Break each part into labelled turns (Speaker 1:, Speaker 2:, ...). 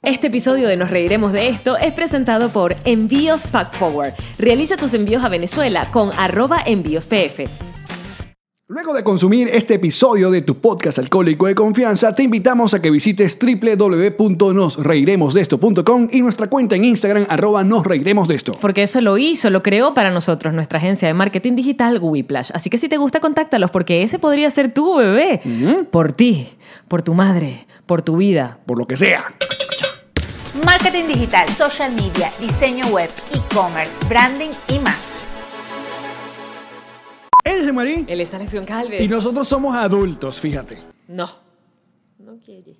Speaker 1: Este episodio de Nos Reiremos de Esto es presentado por Envíos Pack Forward. Realiza tus envíos a Venezuela con arroba envíos PF.
Speaker 2: Luego de consumir este episodio de tu podcast alcohólico de confianza, te invitamos a que visites www.nosreiremosdeesto.com y nuestra cuenta en Instagram arroba nos reiremos de esto.
Speaker 1: Porque eso lo hizo, lo creó para nosotros nuestra agencia de marketing digital Whiplash. Así que si te gusta, contáctalos porque ese podría ser tu bebé. Por ti, por tu madre, por tu vida.
Speaker 2: Por lo que sea.
Speaker 3: Marketing digital, social media, diseño web, e-commerce, branding y más.
Speaker 2: Él es de Marín
Speaker 1: Él es Alexion Calves.
Speaker 2: y nosotros somos adultos, fíjate.
Speaker 1: No. No quiere.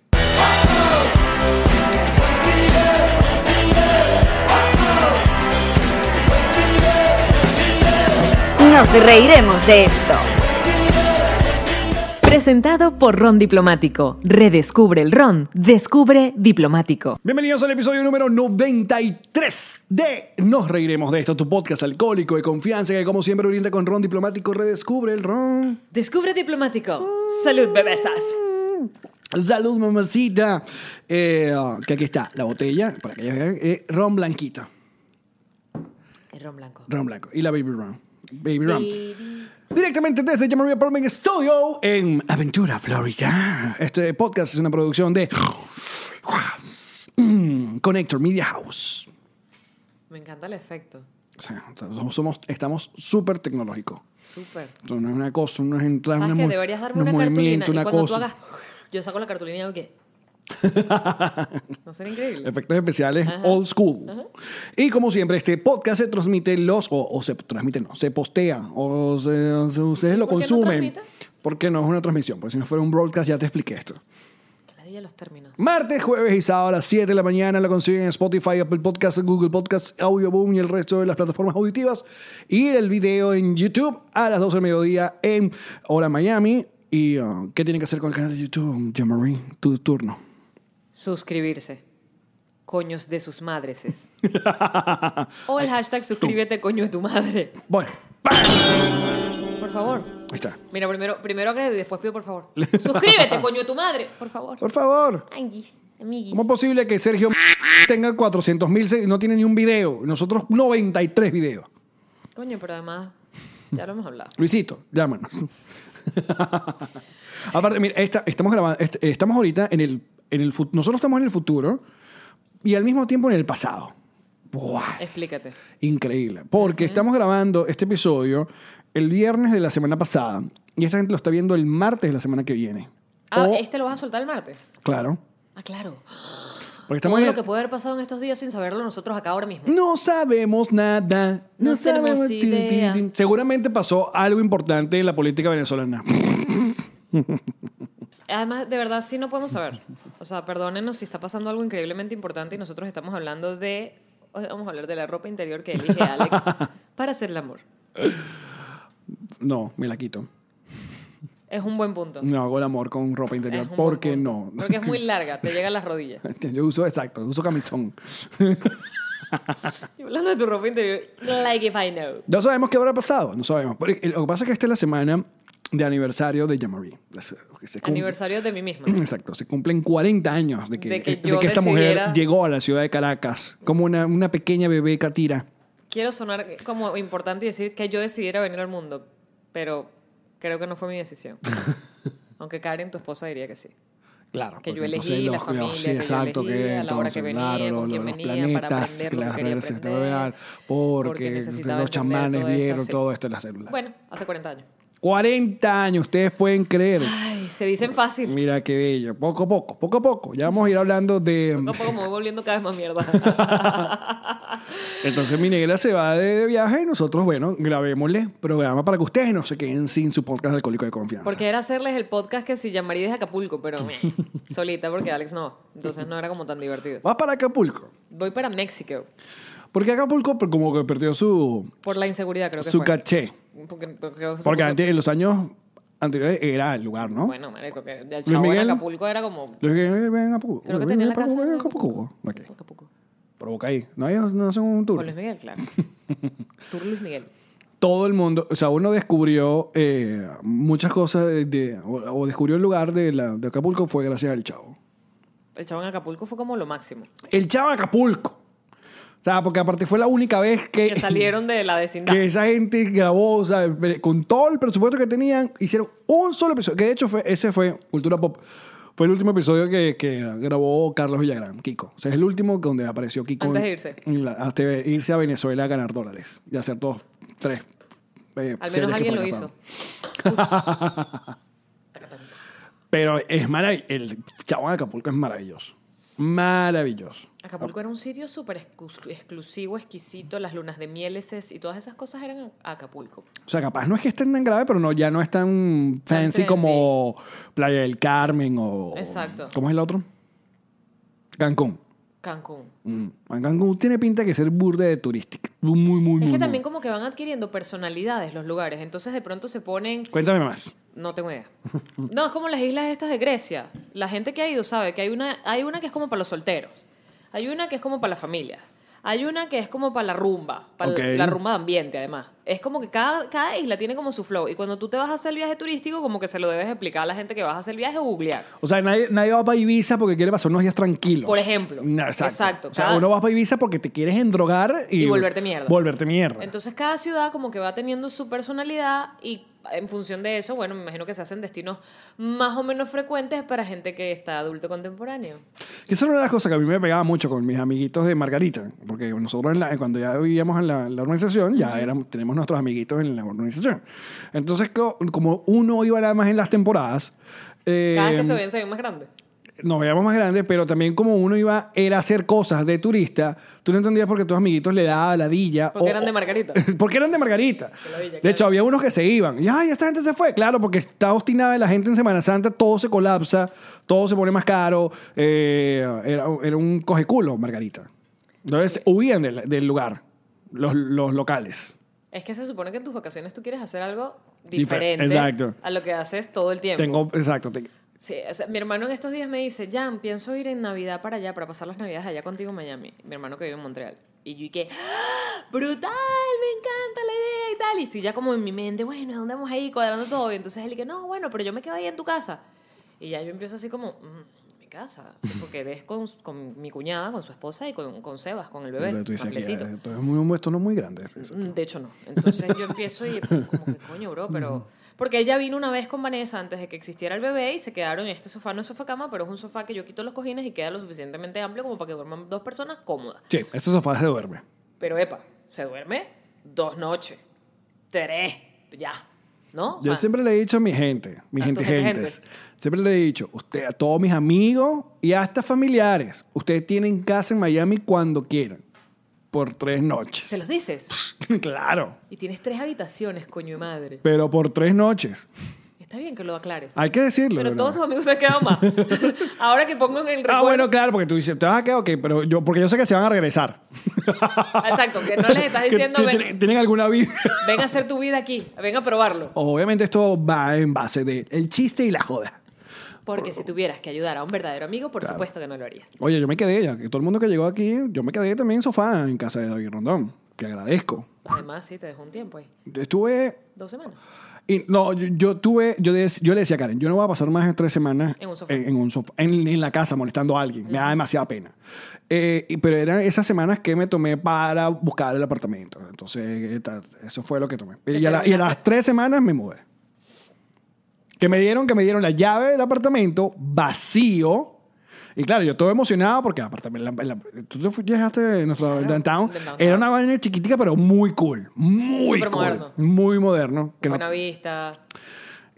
Speaker 3: Nos reiremos de esto.
Speaker 1: Presentado por Ron Diplomático. Redescubre el Ron. Descubre Diplomático.
Speaker 2: Bienvenidos al episodio número 93 de Nos Reiremos de esto, tu podcast alcohólico de confianza que como siempre brinda con ron diplomático, redescubre el ron.
Speaker 1: Descubre Diplomático. Salud, bebesas.
Speaker 2: Salud mamacita. Eh, que aquí está la botella, para que ya vean, eh, ron blanquita.
Speaker 1: El Ron blanco.
Speaker 2: Ron blanco y la Baby Ron. Baby Ron. Directamente desde Yamaria Apartment Studio en Aventura, Florida. Este podcast es una producción de Mm, Connector Media House.
Speaker 1: Me encanta el efecto.
Speaker 2: O sea, somos- somos, estamos súper tecnológicos.
Speaker 1: Súper.
Speaker 2: Esto No es una cosa, no es entrar
Speaker 1: ¿Sabes
Speaker 2: una
Speaker 1: que
Speaker 2: mu-
Speaker 1: deberías darme
Speaker 2: no
Speaker 1: una
Speaker 2: es
Speaker 1: cartulina?
Speaker 2: movimiento,
Speaker 1: Y
Speaker 2: una
Speaker 1: cuando tú
Speaker 2: cosa.
Speaker 1: hagas. Yo saco la cartulina y hago qué. ¿No sería increíble?
Speaker 2: Efectos especiales old school. Y como siempre, este podcast se transmite los, o, o se transmite, no, se postea, o, se- o se- ustedes lo
Speaker 1: ¿Por qué no
Speaker 2: consumen.
Speaker 1: transmite?
Speaker 2: porque no es una transmisión, porque si no fuera un broadcast ya te expliqué esto.
Speaker 1: La di a los términos.
Speaker 2: Martes, jueves y sábado a las 7 de la mañana lo consiguen en Spotify, Apple Podcasts, Google Podcasts, Audioboom y el resto de las plataformas auditivas. Y el video en YouTube a las 12 del mediodía en Hora Miami. ¿Y uh, qué tienen que hacer con el canal de YouTube, Jamarie? Tu turno.
Speaker 1: Suscribirse. Coños de sus madres. es. o el hashtag suscríbete, coño de tu madre.
Speaker 2: Bueno, ¡pam!
Speaker 1: Por favor.
Speaker 2: ahí está.
Speaker 1: Mira, primero, primero agredo y después pido por favor. Suscríbete, coño de tu madre. Por favor.
Speaker 2: Por favor.
Speaker 1: Anguis, amiguis.
Speaker 2: ¿Cómo es posible que Sergio tenga 400 mil y no tiene ni un video? Nosotros 93 videos.
Speaker 1: Coño, pero además, ya lo hemos hablado.
Speaker 2: Luisito, llámanos. Aparte, mira, esta- estamos grabando, est- estamos ahorita en el, en el fut- nosotros estamos en el futuro y al mismo tiempo en el pasado. ¡Buah!
Speaker 1: Explícate.
Speaker 2: Increíble. Porque estamos grabando este episodio el viernes de la semana pasada y esta gente lo está viendo el martes de la semana que viene.
Speaker 1: Ah,
Speaker 2: O-
Speaker 1: este lo vas a soltar el martes.
Speaker 2: Claro.
Speaker 1: Ah, claro.
Speaker 2: Porque estamos
Speaker 1: Todo
Speaker 2: en
Speaker 1: lo
Speaker 2: el-
Speaker 1: que puede haber pasado en estos días sin saberlo nosotros acá ahora mismo.
Speaker 2: No sabemos nada.
Speaker 1: No tenemos
Speaker 2: tin, tin,
Speaker 1: idea.
Speaker 2: tin. Seguramente pasó algo importante en la política venezolana.
Speaker 1: Además, de verdad, sí no podemos saber. O sea, perdónenos si está pasando algo increíblemente importante y nosotros estamos hablando de... Hoy vamos a hablar de la ropa interior que elige Alex para hacer el amor.
Speaker 2: No, me la quito.
Speaker 1: Es un buen punto.
Speaker 2: No hago el amor con ropa
Speaker 1: Es
Speaker 2: interior.
Speaker 1: un buen
Speaker 2: porque
Speaker 1: punto.
Speaker 2: no? Este,
Speaker 1: Porque es muy larga, te llega a las rodillas.
Speaker 2: Yo uso, exacto, uso camisón.
Speaker 1: Y hablando de tu ropa interior, like if I know.
Speaker 2: No sabemos qué habrá pasado, no sabemos. Pero, eh, lo que pasa es que esta es la semana de aniversario de eh, Yamari.
Speaker 1: Aniversario de mí misma.
Speaker 2: Exacto, se cumplen 40 años de que,
Speaker 1: De que
Speaker 2: eh, de
Speaker 1: yo
Speaker 2: que esta
Speaker 1: decidiera-
Speaker 2: mujer llegó a la ciudad de Caracas como una, una pequeña bebé catira.
Speaker 1: Quiero sonar como importante y decir que yo decidiera venir al mundo, pero creo que no fue mi decisión. Aunque Karen, tu esposa, diría que sí.
Speaker 2: Claro.
Speaker 1: Que yo
Speaker 2: porque
Speaker 1: elegí
Speaker 2: entonces
Speaker 1: la
Speaker 2: los-
Speaker 1: familia,
Speaker 2: sí,
Speaker 1: que yo
Speaker 2: exacto,
Speaker 1: elegí,
Speaker 2: que
Speaker 1: a la hora que
Speaker 2: entonces,
Speaker 1: venía,
Speaker 2: claro,
Speaker 1: con quién
Speaker 2: los
Speaker 1: venía, para
Speaker 2: planetas,
Speaker 1: aprender lo
Speaker 2: las
Speaker 1: que quería
Speaker 2: redes
Speaker 1: aprender,
Speaker 2: estelares, porque,
Speaker 1: porque necesitaba
Speaker 2: los
Speaker 1: entender
Speaker 2: chamanes
Speaker 1: todo esto,
Speaker 2: vieron
Speaker 1: sí.
Speaker 2: todo esto en la célula.
Speaker 1: Bueno, hace 40 años.
Speaker 2: 40 años, ustedes pueden creer.
Speaker 1: Ay, se dicen fácil.
Speaker 2: Mira qué bello. Poco a poco, poco a poco. Ya vamos a ir hablando de.
Speaker 1: Poco a poco me voy volviendo cada vez más mierda.
Speaker 2: Entonces mi negra se va de viaje y nosotros, bueno, grabémosle programa para que ustedes no se queden sin su podcast alcohólico de confianza.
Speaker 1: Porque era hacerles el podcast que si María es Acapulco, pero solita porque Alex no. Entonces no era como tan divertido.
Speaker 2: Vas para Acapulco.
Speaker 1: Voy para México
Speaker 2: Porque Acapulco pues, como que perdió su,
Speaker 1: por la inseguridad, creo que
Speaker 2: su
Speaker 1: fue.
Speaker 2: caché.
Speaker 1: Porque, porque creo que se
Speaker 2: Porque
Speaker 1: puso-
Speaker 2: antes, en los años anteriores era el lugar, ¿no?
Speaker 1: Bueno, marico, que el chavo en
Speaker 2: Miguel-
Speaker 1: Acapulco era como...
Speaker 2: Los que ven a Acapulco.
Speaker 1: Creo que
Speaker 2: ven
Speaker 1: tenía
Speaker 2: a
Speaker 1: la casa
Speaker 2: Acapulco, ven
Speaker 1: en
Speaker 2: a Acapulco. Ok.
Speaker 1: Acapulco.
Speaker 2: Provoca ahí. No, ellos no hacen un tour.
Speaker 1: Con Luis Miguel, claro. Tour Luis Miguel.
Speaker 2: todo el mundo, o sea, uno descubrió eh, muchas cosas de, de- o, o descubrió el lugar de, la, de Acapulco fue gracias al Chavo.
Speaker 1: El chavo en Acapulco fue como lo máximo.
Speaker 2: El Chavo de Acapulco. O sea, porque aparte fue la única vez que,
Speaker 1: Que salieron de la vecindad.
Speaker 2: Eh, que esa gente grabó, o sea, con todo el presupuesto que tenían, hicieron un solo episodio. Que de hecho fue, ese fue Cultura Pop. Fue el último episodio que, que grabó Carlos Villagrán, Kiko. O sea, es el último donde apareció Kiko.
Speaker 1: Antes
Speaker 2: en-
Speaker 1: de irse.
Speaker 2: en la- hasta irse a Venezuela a ganar dólares y hacer todos tres. eh,
Speaker 1: Al
Speaker 2: series
Speaker 1: menos
Speaker 2: que
Speaker 1: alguien lo
Speaker 2: fracasaron.
Speaker 1: hizo.
Speaker 2: Pero es maravilloso. El chabón de Acapulco es maravilloso. Maravilloso.
Speaker 1: Acapulco era un sitio súper exclu- exclusivo, exquisito. Las lunas de mieleses y todas esas cosas eran a- Acapulco.
Speaker 2: O sea, capaz no es que estén tan grave, pero no, ya no es tan fancy
Speaker 1: trendy.
Speaker 2: como Playa del Carmen o.
Speaker 1: Exacto.
Speaker 2: ¿Cómo es el otro? Cancún.
Speaker 1: Cancún.
Speaker 2: Mm. Cancún tiene pinta de que ser burda de turística. Muy, muy, muy.
Speaker 1: Es que
Speaker 2: muy.
Speaker 1: también como que van adquiriendo personalidades los lugares. Entonces de pronto se ponen...
Speaker 2: Cuéntame más.
Speaker 1: No tengo idea. No, es como las islas estas de Grecia. La gente que ha ido sabe que hay una, hay una que es como para los solteros. Hay una que es como para la familia. Hay una que es como para la rumba, para
Speaker 2: Ok.
Speaker 1: la rumba de ambiente, además. Es como que cada, cada isla tiene como su flow. Y cuando tú te vas a hacer el viaje turístico, como que se lo debes explicar a la gente que vas a hacer el viaje o googlear.
Speaker 2: O sea, nadie, nadie va para Ibiza porque quiere pasar unos días tranquilos.
Speaker 1: Por ejemplo.
Speaker 2: No, exacto.
Speaker 1: Exacto,
Speaker 2: O sea,
Speaker 1: cada-
Speaker 2: uno va para Ibiza porque te quieres endrogar y.
Speaker 1: Y volverte mierda.
Speaker 2: Volverte mierda.
Speaker 1: Entonces cada ciudad como que va teniendo su personalidad y en función de eso, bueno, me imagino que se hacen destinos más o menos frecuentes para gente que está adulto contemporáneo.
Speaker 2: Que eso era una de las cosas que a mí me pegaba mucho con mis amiguitos de Margarita, porque nosotros en la- cuando ya vivíamos en la, en la urbanización, ya éramos, tenemos nuestros amiguitos en la urbanización. Entonces, co- como uno iba nada más en las temporadas, eh,
Speaker 1: Cada vez que se ven, se ven más grandes.
Speaker 2: nos veíamos más grandes, pero también como uno iba era a hacer cosas de turista, tú no entendías porque tus amiguitos le daba ladilla.
Speaker 1: Porque
Speaker 2: o-
Speaker 1: eran de Margarita.
Speaker 2: porque eran de Margarita.
Speaker 1: ladilla,
Speaker 2: De
Speaker 1: claro.
Speaker 2: hecho, había unos que se iban. Y, ay, esta gente se fue. Claro, porque está obstinada la gente en Semana Santa, todo se colapsa, todo se pone más caro. eh, era, era un cogeculo, Margarita. Entonces, huían del, del lugar, los, los locales.
Speaker 1: Es que se supone que en tus vacaciones tú quieres hacer algo
Speaker 2: Difer-
Speaker 1: diferente
Speaker 2: exacto.
Speaker 1: a lo que haces todo el tiempo.
Speaker 2: Tengo, exacto. te-
Speaker 1: Sí, o sea, mi hermano en estos días me dice, Jan, pienso ir en Navidad para allá, para pasar las Navidades allá contigo en Miami. Mi hermano que vive en Montreal. Y yo y que, ¡ah! brutal, me encanta la idea y tal. Y estoy ya como en mi mente, bueno, ¿dónde vamos ahí? Cuadrando todo. Y entonces él que, no, bueno, pero yo me quedo ahí en tu casa. Y ya yo empiezo así como, "Mm, en mi casa. Porque ves con, con mi cuñada, con su esposa y con, con Sebas, con el bebé.
Speaker 2: Pero tú dices
Speaker 1: más
Speaker 2: aquí,
Speaker 1: piecito".
Speaker 2: eh, esto es muy, esto no es muy grande.
Speaker 1: Mm, De hecho, no. Entonces yo empiezo y pues, como que coño, bro, pero...
Speaker 2: Mm.
Speaker 1: Porque ella vino una vez con Vanessa antes de que existiera el bebé y se quedaron en este sofá, no es sofá cama, pero es un sofá que yo quito los cojines y queda lo suficientemente amplio como para que duerman dos personas cómodas.
Speaker 2: Sí, este sofá se duerme.
Speaker 1: Pero epa, se duerme dos noches, tres, ya, ¿no? O
Speaker 2: Yo
Speaker 1: sea,
Speaker 2: siempre le he dicho a mi gente, mi
Speaker 1: A
Speaker 2: gente,
Speaker 1: tu gente,
Speaker 2: gentes,
Speaker 1: gentes.
Speaker 2: siempre le he dicho, usted, a todos mis amigos y hasta familiares, ustedes tienen casa en Miami cuando quieran, por tres noches.
Speaker 1: Se los dices.
Speaker 2: claro,
Speaker 1: Y tienes tres habitaciones, coño de madre.
Speaker 2: pero por tres noches.
Speaker 1: Está bien que lo aclares.
Speaker 2: Hay que decirlo.
Speaker 1: pero
Speaker 2: bro.
Speaker 1: todos tus amigos se han quedado más. Ahora que pongo en el recuerdo.
Speaker 2: Ah, bueno, claro, porque tú dices, te vas a quedar, ok, pero yo, porque yo sé que se van a regresar.
Speaker 1: Exacto, que no les estás
Speaker 2: Que-
Speaker 1: diciendo,
Speaker 2: que
Speaker 1: "Ven".
Speaker 2: tienen, tienen alguna vida.
Speaker 1: Ven a hacer tu vida aquí, ven a probarlo.
Speaker 2: Obviamente esto va en base de el chiste y la joda.
Speaker 1: Porque si tuvieras que ayudar a un verdadero amigo, por supuesto que no lo harías.
Speaker 2: Oye, yo me quedé ya, que todo el mundo que llegó aquí, yo me quedé también en sofá en casa de David Rondón, que agradezco.
Speaker 1: Además, sí, te dejó un tiempo ahí.
Speaker 2: Yo Estuve
Speaker 1: Dos semanas.
Speaker 2: Y no, yo, yo tuve, yo, de- yo le decía a Karen, yo no voy a pasar más de tres semanas
Speaker 1: En un sofá.
Speaker 2: En, en un sofá- en- en la casa molestando a alguien. Me da demasiada pena. Eh, y- pero eran esas semanas que me tomé para buscar el apartamento. Entonces, eh, ta- eso fue lo que tomé. Y a, la- y a las tres semanas me mudé. Que me dieron, que me dieron la llave del apartamento vacío. Y claro, yo todo emocionado porque el apartamento, la- la- tú te fu- llegaste a nuestro downtown.
Speaker 1: downtown.
Speaker 2: Era una vaina chiquitica, pero muy cool. Muy
Speaker 1: Súper
Speaker 2: cool.
Speaker 1: moderno.
Speaker 2: Muy moderno. que no-
Speaker 1: Buena vista.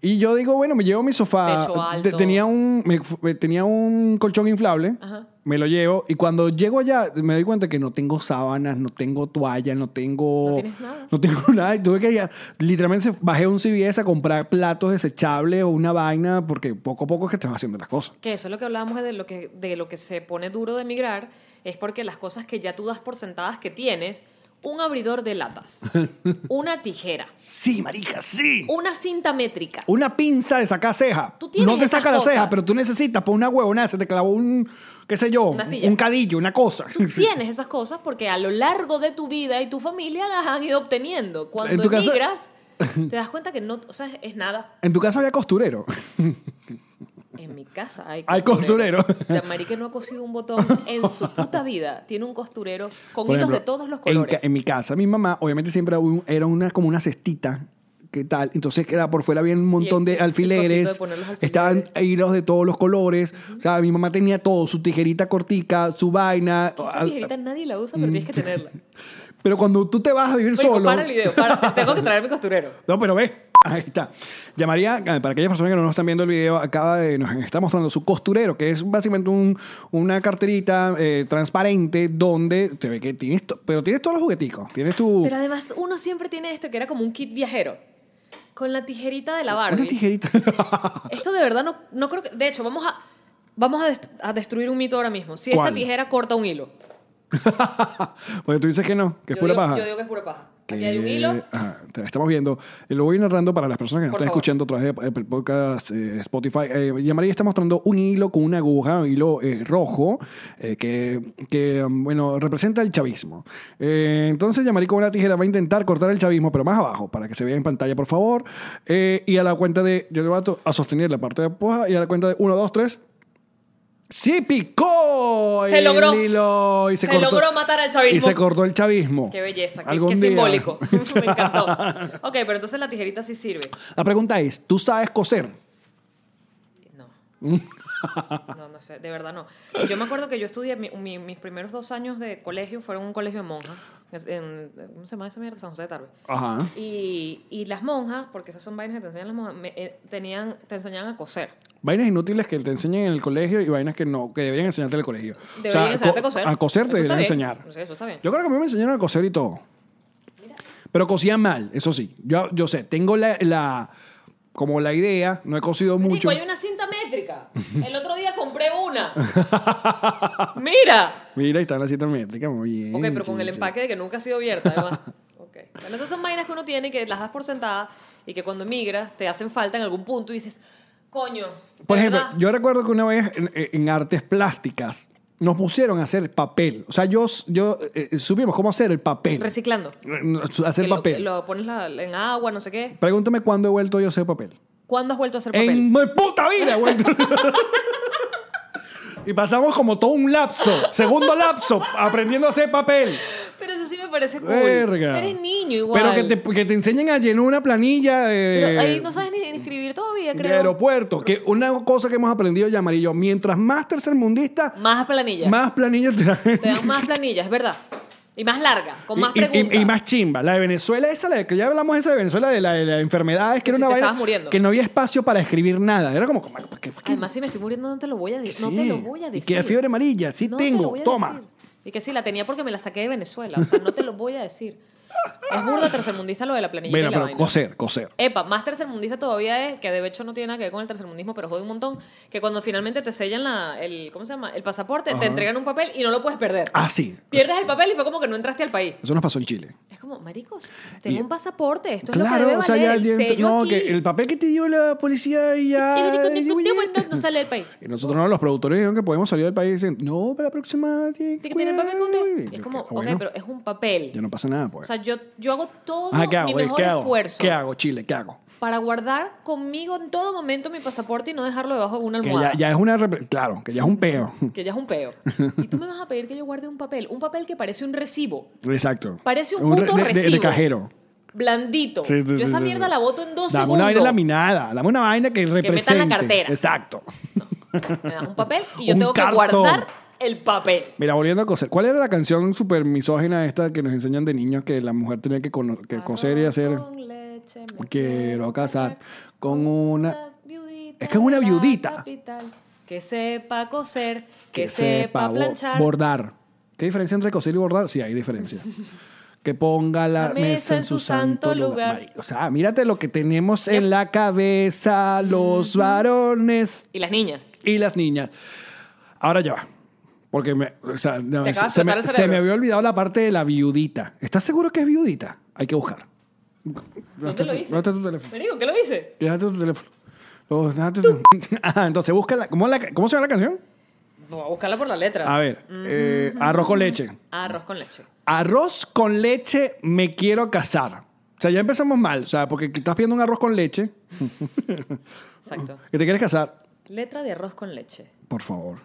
Speaker 2: y yo digo, bueno, me llevo mi sofá.
Speaker 1: Techo alto.
Speaker 2: Te- Tenía un, me fu- eh, tenía un colchón inflable
Speaker 1: Ajá.
Speaker 2: me lo llevo y cuando llego allá me doy cuenta que no tengo sábanas, no tengo toalla, no tengo...
Speaker 1: No tienes nada.
Speaker 2: No tengo nada y tuve que ir a- literalmente se- bajé a un CVS a comprar platos desechables o una vaina porque poco a poco es que te vas haciendo las cosas.
Speaker 1: Que eso es lo que hablábamos de lo que, de lo que se pone duro de emigrar, es porque las cosas que ya tú das por sentadas que tienes, un abridor de latas, una tijera,
Speaker 2: Sí, marica, sí.
Speaker 1: una cinta métrica.
Speaker 2: Uh, Una pinza de sacar ceja.
Speaker 1: Tú tienes
Speaker 2: no te
Speaker 1: esas
Speaker 2: saca la
Speaker 1: cosas.
Speaker 2: ceja, pero tú necesitas por una huevonada, se te clavó un, qué sé yo,
Speaker 1: Una astilla.
Speaker 2: un cadillo, una cosa.
Speaker 1: Tú tienes esas cosas porque a lo largo de tu vida y tu familia las han ido obteniendo.
Speaker 2: En
Speaker 1: Cuando
Speaker 2: tu casa-
Speaker 1: emigras, te das cuenta que no, o sea, es nada.
Speaker 2: En tu casa había costurero.
Speaker 1: En mi casa hay
Speaker 2: Hay
Speaker 1: costurero.
Speaker 2: costurero.
Speaker 1: Yamari que no ha cosido un botón en su puta vida. Tiene un costurero con
Speaker 2: Por
Speaker 1: hilos
Speaker 2: ejemplo,
Speaker 1: de todos los
Speaker 2: en ca-
Speaker 1: colores.
Speaker 2: En, mi casa, mi mamá, obviamente siempre hubo- era una, como una cestita. ¿Qué tal? Entonces era por fuera había un montón
Speaker 1: el-
Speaker 2: de
Speaker 1: el cosito
Speaker 2: alfileres.
Speaker 1: de poner los alfileres.
Speaker 2: Estaban hilos de todos los colores. O sea, mi mamá tenía todo, su tijerita cortica, su vaina.
Speaker 1: Que Esa tijerita nadie la usa, pero tienes que tenerla.
Speaker 2: Pero cuando tú te vas a vivir
Speaker 1: Marico,
Speaker 2: Mm. solo.
Speaker 1: para el video, para, te tengo que traer mi costurero.
Speaker 2: No, pero ve. Ahí está. Llamaría, eh, para aquellas personas que no nos están viendo el video, acaba de, nos está mostrando su costurero, que es básicamente un- una carterita eh, transparente donde te ve que tienes, to- pero tienes todos los jugueticos. Tienes tu...
Speaker 1: Pero además, uno siempre tiene esto que era como un kit viajero. Con la tijerita de la Barbie.
Speaker 2: Una tijerita.
Speaker 1: Esto de verdad no, no creo que. De hecho, vamos a. Vamos a, dest- a destruir un mito ahora mismo. Si
Speaker 2: ¿Cuál?
Speaker 1: esta tijera corta un hilo.
Speaker 2: Porque tú dices que no, que es
Speaker 1: yo,
Speaker 2: pura
Speaker 1: digo,
Speaker 2: paja.
Speaker 1: yo digo que es pura paja. Aquí
Speaker 2: Que-
Speaker 1: hay un hilo.
Speaker 2: Ajá, Eh, ah, te- estamos viendo. Eh, Lo voy narrando para las personas que nos
Speaker 1: Por
Speaker 2: están
Speaker 1: favor.
Speaker 2: escuchando a través de Apple Podcast, eh, Spotify. Eh, y María está mostrando un hilo con una aguja, un hilo eh, rojo, eh, que, que, um, bueno, representa el chavismo. Eh, entonces, Yamari con una tijera va a intentar cortar el chavismo, pero más abajo, para que se vea en pantalla, por favor. Eh, y a la cuenta de. Yo le voy a, to- a sostener la parte de poja, y a la cuenta de 1, 2, 3. ¡Sí picó!
Speaker 1: Se
Speaker 2: el
Speaker 1: logró.
Speaker 2: hilo y se,
Speaker 1: Se
Speaker 2: cortó.
Speaker 1: logró matar al chavismo.
Speaker 2: Y se cortó el chavismo.
Speaker 1: Qué belleza, qué,
Speaker 2: Algún
Speaker 1: qué
Speaker 2: día.
Speaker 1: simbólico. Me encantó. Ok, pero entonces la tijerita sí sirve.
Speaker 2: La pregunta es, ¿tú sabes coser?
Speaker 1: No. No, no sé, de verdad no. Yo me acuerdo que yo estudié, mi- mi- mis primeros dos años de colegio fueron un colegio de monjas. Es- en- ¿Cómo se llama esa mierda? San José de Tarbe.
Speaker 2: Ajá.
Speaker 1: Y, y las monjas, porque esas son vainas que te enseñan las monjas, me- eh, tenían, te enseñaban a coser.
Speaker 2: Vainas inútiles que te enseñan en el colegio y vainas que no, que deberían enseñarte en el colegio.
Speaker 1: Deberían enseñarte
Speaker 2: co-
Speaker 1: a coser.
Speaker 2: A coser te
Speaker 1: Eso está
Speaker 2: deberían
Speaker 1: bien.
Speaker 2: enseñar.
Speaker 1: Sí, eso está bien.
Speaker 2: Yo creo que a mí me enseñaron a coser y todo. Pero cosía mal, eso sí. Yo, yo sé, tengo la, la- como la idea, no he cosido mucho.
Speaker 1: Marico, hay una cinta métrica. El otro día compré una. ¡Mira!
Speaker 2: Mira, ahí está la cita métrica, muy bien.
Speaker 1: Ok, pero con
Speaker 2: qué
Speaker 1: el
Speaker 2: bien.
Speaker 1: empaque de que nunca ha sido abierta, además. Ok. Bueno, esas son vainas que uno tiene que las das por sentada y que cuando migras te hacen falta en algún punto y dices, coño. de
Speaker 2: Por ejemplo,
Speaker 1: verdad,
Speaker 2: yo recuerdo que una vez en, en artes plásticas nos pusieron a hacer papel. O sea, yo, yo eh, supimos cómo hacer el papel.
Speaker 1: Reciclando.
Speaker 2: Eh, Hacer
Speaker 1: que lo-
Speaker 2: papel.
Speaker 1: Lo, pones la- en agua, no sé qué.
Speaker 2: Pregúntame cuándo he vuelto yo a hacer papel.
Speaker 1: ¿Cuándo has vuelto a hacer papel?
Speaker 2: En mi puta vida he vuelto. y pasamos como todo un lapso, segundo lapso, aprendiendo a hacer papel.
Speaker 1: Pero eso sí me parece cool.
Speaker 2: Verga.
Speaker 1: Eres niño igual.
Speaker 2: Pero que te, que te enseñen a llenar una planilla de,
Speaker 1: Pero ahí no sabes ni ni escribir todavía,
Speaker 2: de
Speaker 1: creo.
Speaker 2: aeropuerto. Que una cosa que hemos aprendido ya, Amarillo, mientras más tercermundista,
Speaker 1: Más planillas.
Speaker 2: más planillas te dan.
Speaker 1: Te dan más planillas, es verdad. Y más larga, con
Speaker 2: Y-
Speaker 1: más
Speaker 2: y, y-
Speaker 1: preguntas.
Speaker 2: y más chimba. La de Venezuela, esa, la de- que ya hablamos esa de Venezuela, de la de las enfermedades, que,
Speaker 1: Que
Speaker 2: era
Speaker 1: si
Speaker 2: una
Speaker 1: te
Speaker 2: vaina
Speaker 1: estabas muriendo.
Speaker 2: que no había espacio para escribir nada. Era como, ¿para qué- para qué
Speaker 1: Además, si me estoy muriendo, no te lo voy a, di- no
Speaker 2: Sí.
Speaker 1: te lo voy a decir.
Speaker 2: Y que la fiebre amarilla, sí
Speaker 1: No te lo
Speaker 2: tengo,
Speaker 1: voy a
Speaker 2: toma.
Speaker 1: decir. Y que sí, la tenía porque me la saqué de Venezuela. O sea, no te lo voy a decir. Es burda tercermundista lo de la planilla
Speaker 2: Bueno,
Speaker 1: y la
Speaker 2: pero
Speaker 1: vaina.
Speaker 2: coser, coser.
Speaker 1: Epa, más tercermundista todavía es, que de hecho no tiene nada que ver con el tercermundismo, pero jode un montón, que cuando finalmente te sellan la, el, ¿cómo se llama? el pasaporte, te entregan un papel y no lo puedes perder.
Speaker 2: Ah, sí.
Speaker 1: Pierdes el papel y fue como que no entraste al país.
Speaker 2: Eso nos pasó en Chile.
Speaker 1: Es como, maricos, tengo
Speaker 2: Y-
Speaker 1: un pasaporte, esto es lo que debe valer, el
Speaker 2: ya-
Speaker 1: sello
Speaker 2: no,
Speaker 1: aquí.
Speaker 2: que el papel que te dio la policía y ya.
Speaker 1: Y no- no- no- no- no sale del país.
Speaker 2: Y nosotros no, los productores dijeron que podemos salir del país. Dicen, no, para la próxima tiene
Speaker 1: Tiene que tener el papel contigo.
Speaker 2: cuidado.
Speaker 1: Y es como,
Speaker 2: Ah,
Speaker 1: ok,
Speaker 2: bueno,
Speaker 1: pero es un papel.
Speaker 2: Ya no pasa nada, pues.
Speaker 1: O sea, yo, yo hago todo
Speaker 2: Ajá, ¿qué hago?
Speaker 1: mi
Speaker 2: Eh,
Speaker 1: mejor
Speaker 2: ¿Qué hago?
Speaker 1: esfuerzo
Speaker 2: ¿Qué hago, Chile? ¿Qué hago?
Speaker 1: para guardar conmigo en todo momento mi pasaporte y no dejarlo debajo de una
Speaker 2: Que
Speaker 1: almohada.
Speaker 2: ya, ya es una. repre- Claro, que ya es un peo.
Speaker 1: Que ya es un peo. Y tú me vas a pedir que yo guarde un papel, un papel que parece un recibo.
Speaker 2: Exacto.
Speaker 1: Parece un
Speaker 2: re-
Speaker 1: puto
Speaker 2: de- de-
Speaker 1: recibo.
Speaker 2: de cajero.
Speaker 1: Blandito.
Speaker 2: Sí, sí,
Speaker 1: yo
Speaker 2: sí,
Speaker 1: esa
Speaker 2: sí,
Speaker 1: mierda
Speaker 2: sí.
Speaker 1: la voto en dos
Speaker 2: dame
Speaker 1: segundos.
Speaker 2: una vaina laminada, dame una vaina que
Speaker 1: metan la
Speaker 2: represente.
Speaker 1: cartera.
Speaker 2: Exacto.
Speaker 1: Me das un papel y yo
Speaker 2: Un
Speaker 1: tengo
Speaker 2: cartón.
Speaker 1: que guardar el papel.
Speaker 2: Mira, volviendo a coser. ¿Cuál era la canción súper misógina esta que nos enseñan de niños que la mujer tenía que, cono- que coser y hacer?
Speaker 1: Con leche me
Speaker 2: Quiero casar con una-
Speaker 1: viuditas
Speaker 2: Es que es una
Speaker 1: de la
Speaker 2: viudita.
Speaker 1: capital. que sepa coser, que,
Speaker 2: que
Speaker 1: sepa,
Speaker 2: bo-
Speaker 1: planchar.
Speaker 2: Bordar. ¿Qué diferencia entre coser y bordar? Sí, hay diferencia. Que ponga la, mesa, en su santo lugar. Mari- O sea, mírate lo que tenemos en la cabeza los varones
Speaker 1: Y las niñas.
Speaker 2: y las niñas. Ahora ya va. Porque me, o sea, no,
Speaker 1: Te
Speaker 2: se,
Speaker 1: acabas
Speaker 2: se
Speaker 1: de
Speaker 2: me,
Speaker 1: explotar el
Speaker 2: se
Speaker 1: cerebro.
Speaker 2: me había olvidado la parte de la viudita. ¿Estás seguro que es viudita? Hay que buscar. ¿Dónde
Speaker 1: lo hice?
Speaker 2: ¿Dónde está tu teléfono?
Speaker 1: Me digo, ¿qué lo hice?
Speaker 2: Déjate tu teléfono. Luego, déjate tu- Ah, entonces busca la, ¿cómo, la- ¿Cómo se llama la canción?
Speaker 1: Voy a buscarla por la letra. Ah,
Speaker 2: A ver, eh, arroz con leche.
Speaker 1: Arroz con leche.
Speaker 2: Arroz con leche, me quiero casar. O sea, ya empezamos mal, o sea, porque estás pidiendo un arroz con leche
Speaker 1: Exacto.
Speaker 2: que te quieres casar.
Speaker 1: Letra de arroz con leche.
Speaker 2: Por favor.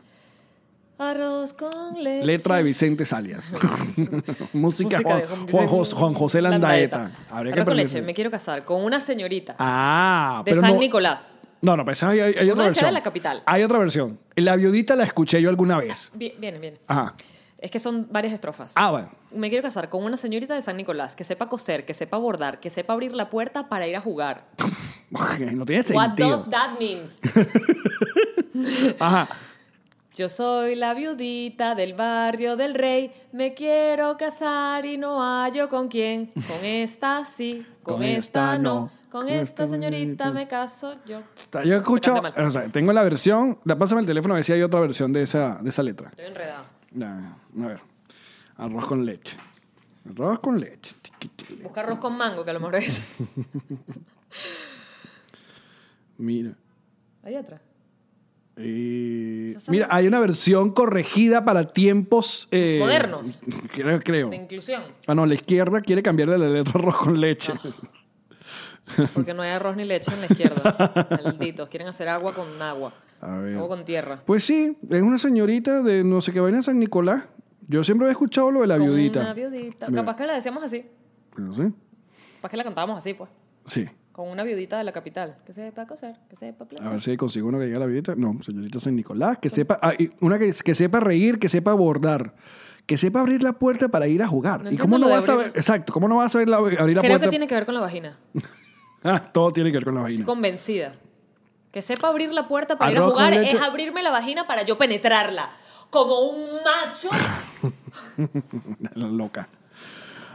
Speaker 1: Arroz con leche.
Speaker 2: Letra de Vicente Salias. Música,
Speaker 1: Música
Speaker 2: Juan,
Speaker 1: de Juan-
Speaker 2: Juan Jos- Juan José Landaeta. Habría que
Speaker 1: Arroz con leche.
Speaker 2: aprenderse.
Speaker 1: Me quiero casar con una señorita
Speaker 2: Ah,
Speaker 1: de
Speaker 2: pero
Speaker 1: San
Speaker 2: no-
Speaker 1: Nicolás.
Speaker 2: No, no, pero esa hay, hay- hay
Speaker 1: decía de
Speaker 2: otra versión.
Speaker 1: la capital.
Speaker 2: Hay otra versión. La viudita la escuché yo alguna vez.
Speaker 1: Bien, viene, viene.
Speaker 2: Ajá.
Speaker 1: Es que son varias estrofas.
Speaker 2: Ah, bueno.
Speaker 1: Me quiero casar con una señorita de San Nicolás que sepa coser, que sepa bordar, que sepa abrir la puerta para ir a jugar.
Speaker 2: No tiene
Speaker 1: What
Speaker 2: sentido.
Speaker 1: does that mean?
Speaker 2: Ajá.
Speaker 1: Yo soy la viudita del barrio del rey, me quiero casar y no hallo con quién. Con esta sí, con,
Speaker 2: Con
Speaker 1: esta,
Speaker 2: esta
Speaker 1: no,
Speaker 2: no,
Speaker 1: con
Speaker 2: con este
Speaker 1: esta
Speaker 2: esta
Speaker 1: señorita
Speaker 2: bonita.
Speaker 1: me caso yo.
Speaker 2: O sea, Yo escucho,
Speaker 1: Me canta mal.
Speaker 2: o sea, tengo la versión, la pásame el teléfono a ver si hay otra versión de esa, de esa letra.
Speaker 1: Estoy enredado.
Speaker 2: Ya, a ver. Arroz con leche. Arroz con leche. Tiquitili.
Speaker 1: Busca arroz con mango, que a lo mejor es.
Speaker 2: Mira.
Speaker 1: Hay otra.
Speaker 2: eh, mira, hay una versión corregida para tiempos eh,
Speaker 1: Modernos.
Speaker 2: Creo, creo.
Speaker 1: De inclusión.
Speaker 2: Ah, no, la izquierda quiere cambiarle la letra arroz con leche.
Speaker 1: Ah. Porque no hay arroz ni leche en la izquierda. Malditos. Quieren hacer agua con agua.
Speaker 2: A ver.
Speaker 1: Agua con tierra.
Speaker 2: Pues sí, es una señorita de no sé qué vaina San Nicolás. Yo siempre había escuchado lo de la
Speaker 1: Con
Speaker 2: viudita.
Speaker 1: Una viudita.
Speaker 2: Mira,
Speaker 1: Capaz que la decíamos así.
Speaker 2: no sé.
Speaker 1: Capaz que la cantábamos así, pues.
Speaker 2: Sí.
Speaker 1: Con una viudita de la capital. Que sepa coser, que sepa
Speaker 2: A
Speaker 1: planchar.
Speaker 2: ver si consigo uno que diga la viudita. No, señorita San Nicolás, que sepa, ah, y una que, que sepa reír, que sepa abordar, que sepa abrir la puerta para ir a jugar.
Speaker 1: No
Speaker 2: ¿Y cómo
Speaker 1: entiendo lo de
Speaker 2: no vas a
Speaker 1: abrir.
Speaker 2: saber? Exacto, ¿cómo no vas a saber la- abrir la
Speaker 1: Creo
Speaker 2: puerta?
Speaker 1: que tiene que ver con la vagina.
Speaker 2: Ah, todo tiene que ver con la vaina.
Speaker 1: Convencida. Que sepa abrir la puerta para ir a
Speaker 2: Arroz con
Speaker 1: jugar
Speaker 2: leche.
Speaker 1: es abrirme la vagina para yo penetrarla. Como un macho.
Speaker 2: La loca.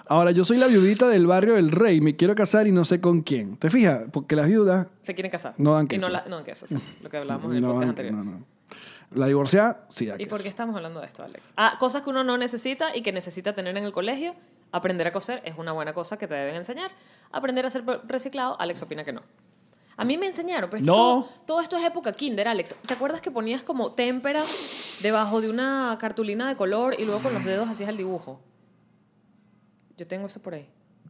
Speaker 2: Ahora, yo soy la viudita del barrio del rey, me quiero casar y no sé con quién. ¿Te fijas? Porque las viudas
Speaker 1: Se quieren casar.
Speaker 2: No dan
Speaker 1: Y
Speaker 2: queso.
Speaker 1: no, la- no dan queso. sí. Lo que hablábamos en el
Speaker 2: no
Speaker 1: podcast
Speaker 2: dan-
Speaker 1: anterior.
Speaker 2: no, no. La divorciada, sí, da
Speaker 1: ¿Y
Speaker 2: queso.
Speaker 1: por qué estamos hablando de esto, Alex? Ah, cosas que uno no necesita y que necesita tener en el colegio. Aprender a coser es una buena cosa que te deben enseñar. Aprender a ser reciclado, Alex opina que no. A mí me enseñaron, pero es que
Speaker 2: No.
Speaker 1: todo, todo esto es época kinder, Alex. ¿Te acuerdas que ponías como témpera debajo de una cartulina de color y luego con los dedos hacías el dibujo? Yo tengo eso por ahí.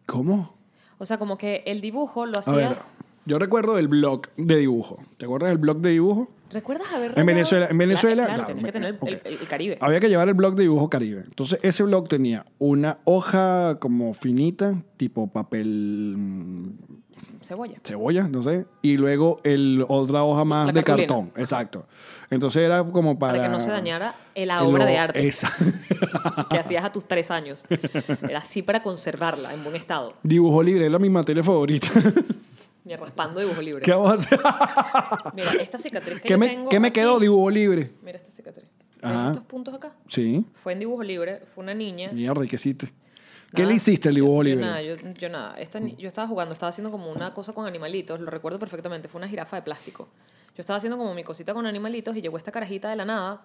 Speaker 2: ¿Cómo?
Speaker 1: O sea, como que el dibujo lo
Speaker 2: A ver,
Speaker 1: hacías...
Speaker 2: yo recuerdo del blog de dibujo. ¿Te acuerdas del blog de dibujo?
Speaker 1: ¿Recuerdas haber
Speaker 2: En
Speaker 1: rayado?
Speaker 2: Venezuela, en
Speaker 1: Cla-
Speaker 2: Venezuela,
Speaker 1: Claro,
Speaker 2: claro,
Speaker 1: tenías que
Speaker 2: me-
Speaker 1: tener el-
Speaker 2: ok.
Speaker 1: el- el Caribe.
Speaker 2: Había que llevar el blog de dibujo Caribe. Entonces, ese blog tenía una hoja como finita, tipo papel mm,
Speaker 1: Cebolla.
Speaker 2: cebolla, no sé, y luego el, otra hoja más
Speaker 1: La
Speaker 2: de
Speaker 1: cartulina.
Speaker 2: cartón. Exacto. Entonces era como para.
Speaker 1: Para, que no se dañara la
Speaker 2: el
Speaker 1: obra
Speaker 2: o-
Speaker 1: de arte
Speaker 2: Esa.
Speaker 1: que hacías a tus tres años. Era así para conservarla en buen estado.
Speaker 2: Dibujo libre, es la mi materia favorita.
Speaker 1: Y raspando dibujo libre.
Speaker 2: ¿Qué vamos a hacer?
Speaker 1: Mira, esta cicatriz que
Speaker 2: ¿Qué
Speaker 1: yo
Speaker 2: me,
Speaker 1: tengo
Speaker 2: ¿qué me
Speaker 1: aquí-
Speaker 2: quedó? Dibujo libre.
Speaker 1: Mira esta cicatriz. ¿Ves
Speaker 2: Ajá.
Speaker 1: estos puntos acá?
Speaker 2: Sí.
Speaker 1: Fue en dibujo libre, fue una niña.
Speaker 2: Mierda, ¿y qué hiciste? ¿Qué
Speaker 1: Nada.
Speaker 2: le hiciste al dibujo
Speaker 1: Yo-
Speaker 2: libre?
Speaker 1: Yo nada, yo, yo nada. Esta ni- yo estaba jugando, estaba haciendo como una cosa con animalitos, lo recuerdo perfectamente, fue una jirafa de plástico. Yo estaba haciendo como mi cosita con animalitos y llegó esta carajita de la nada.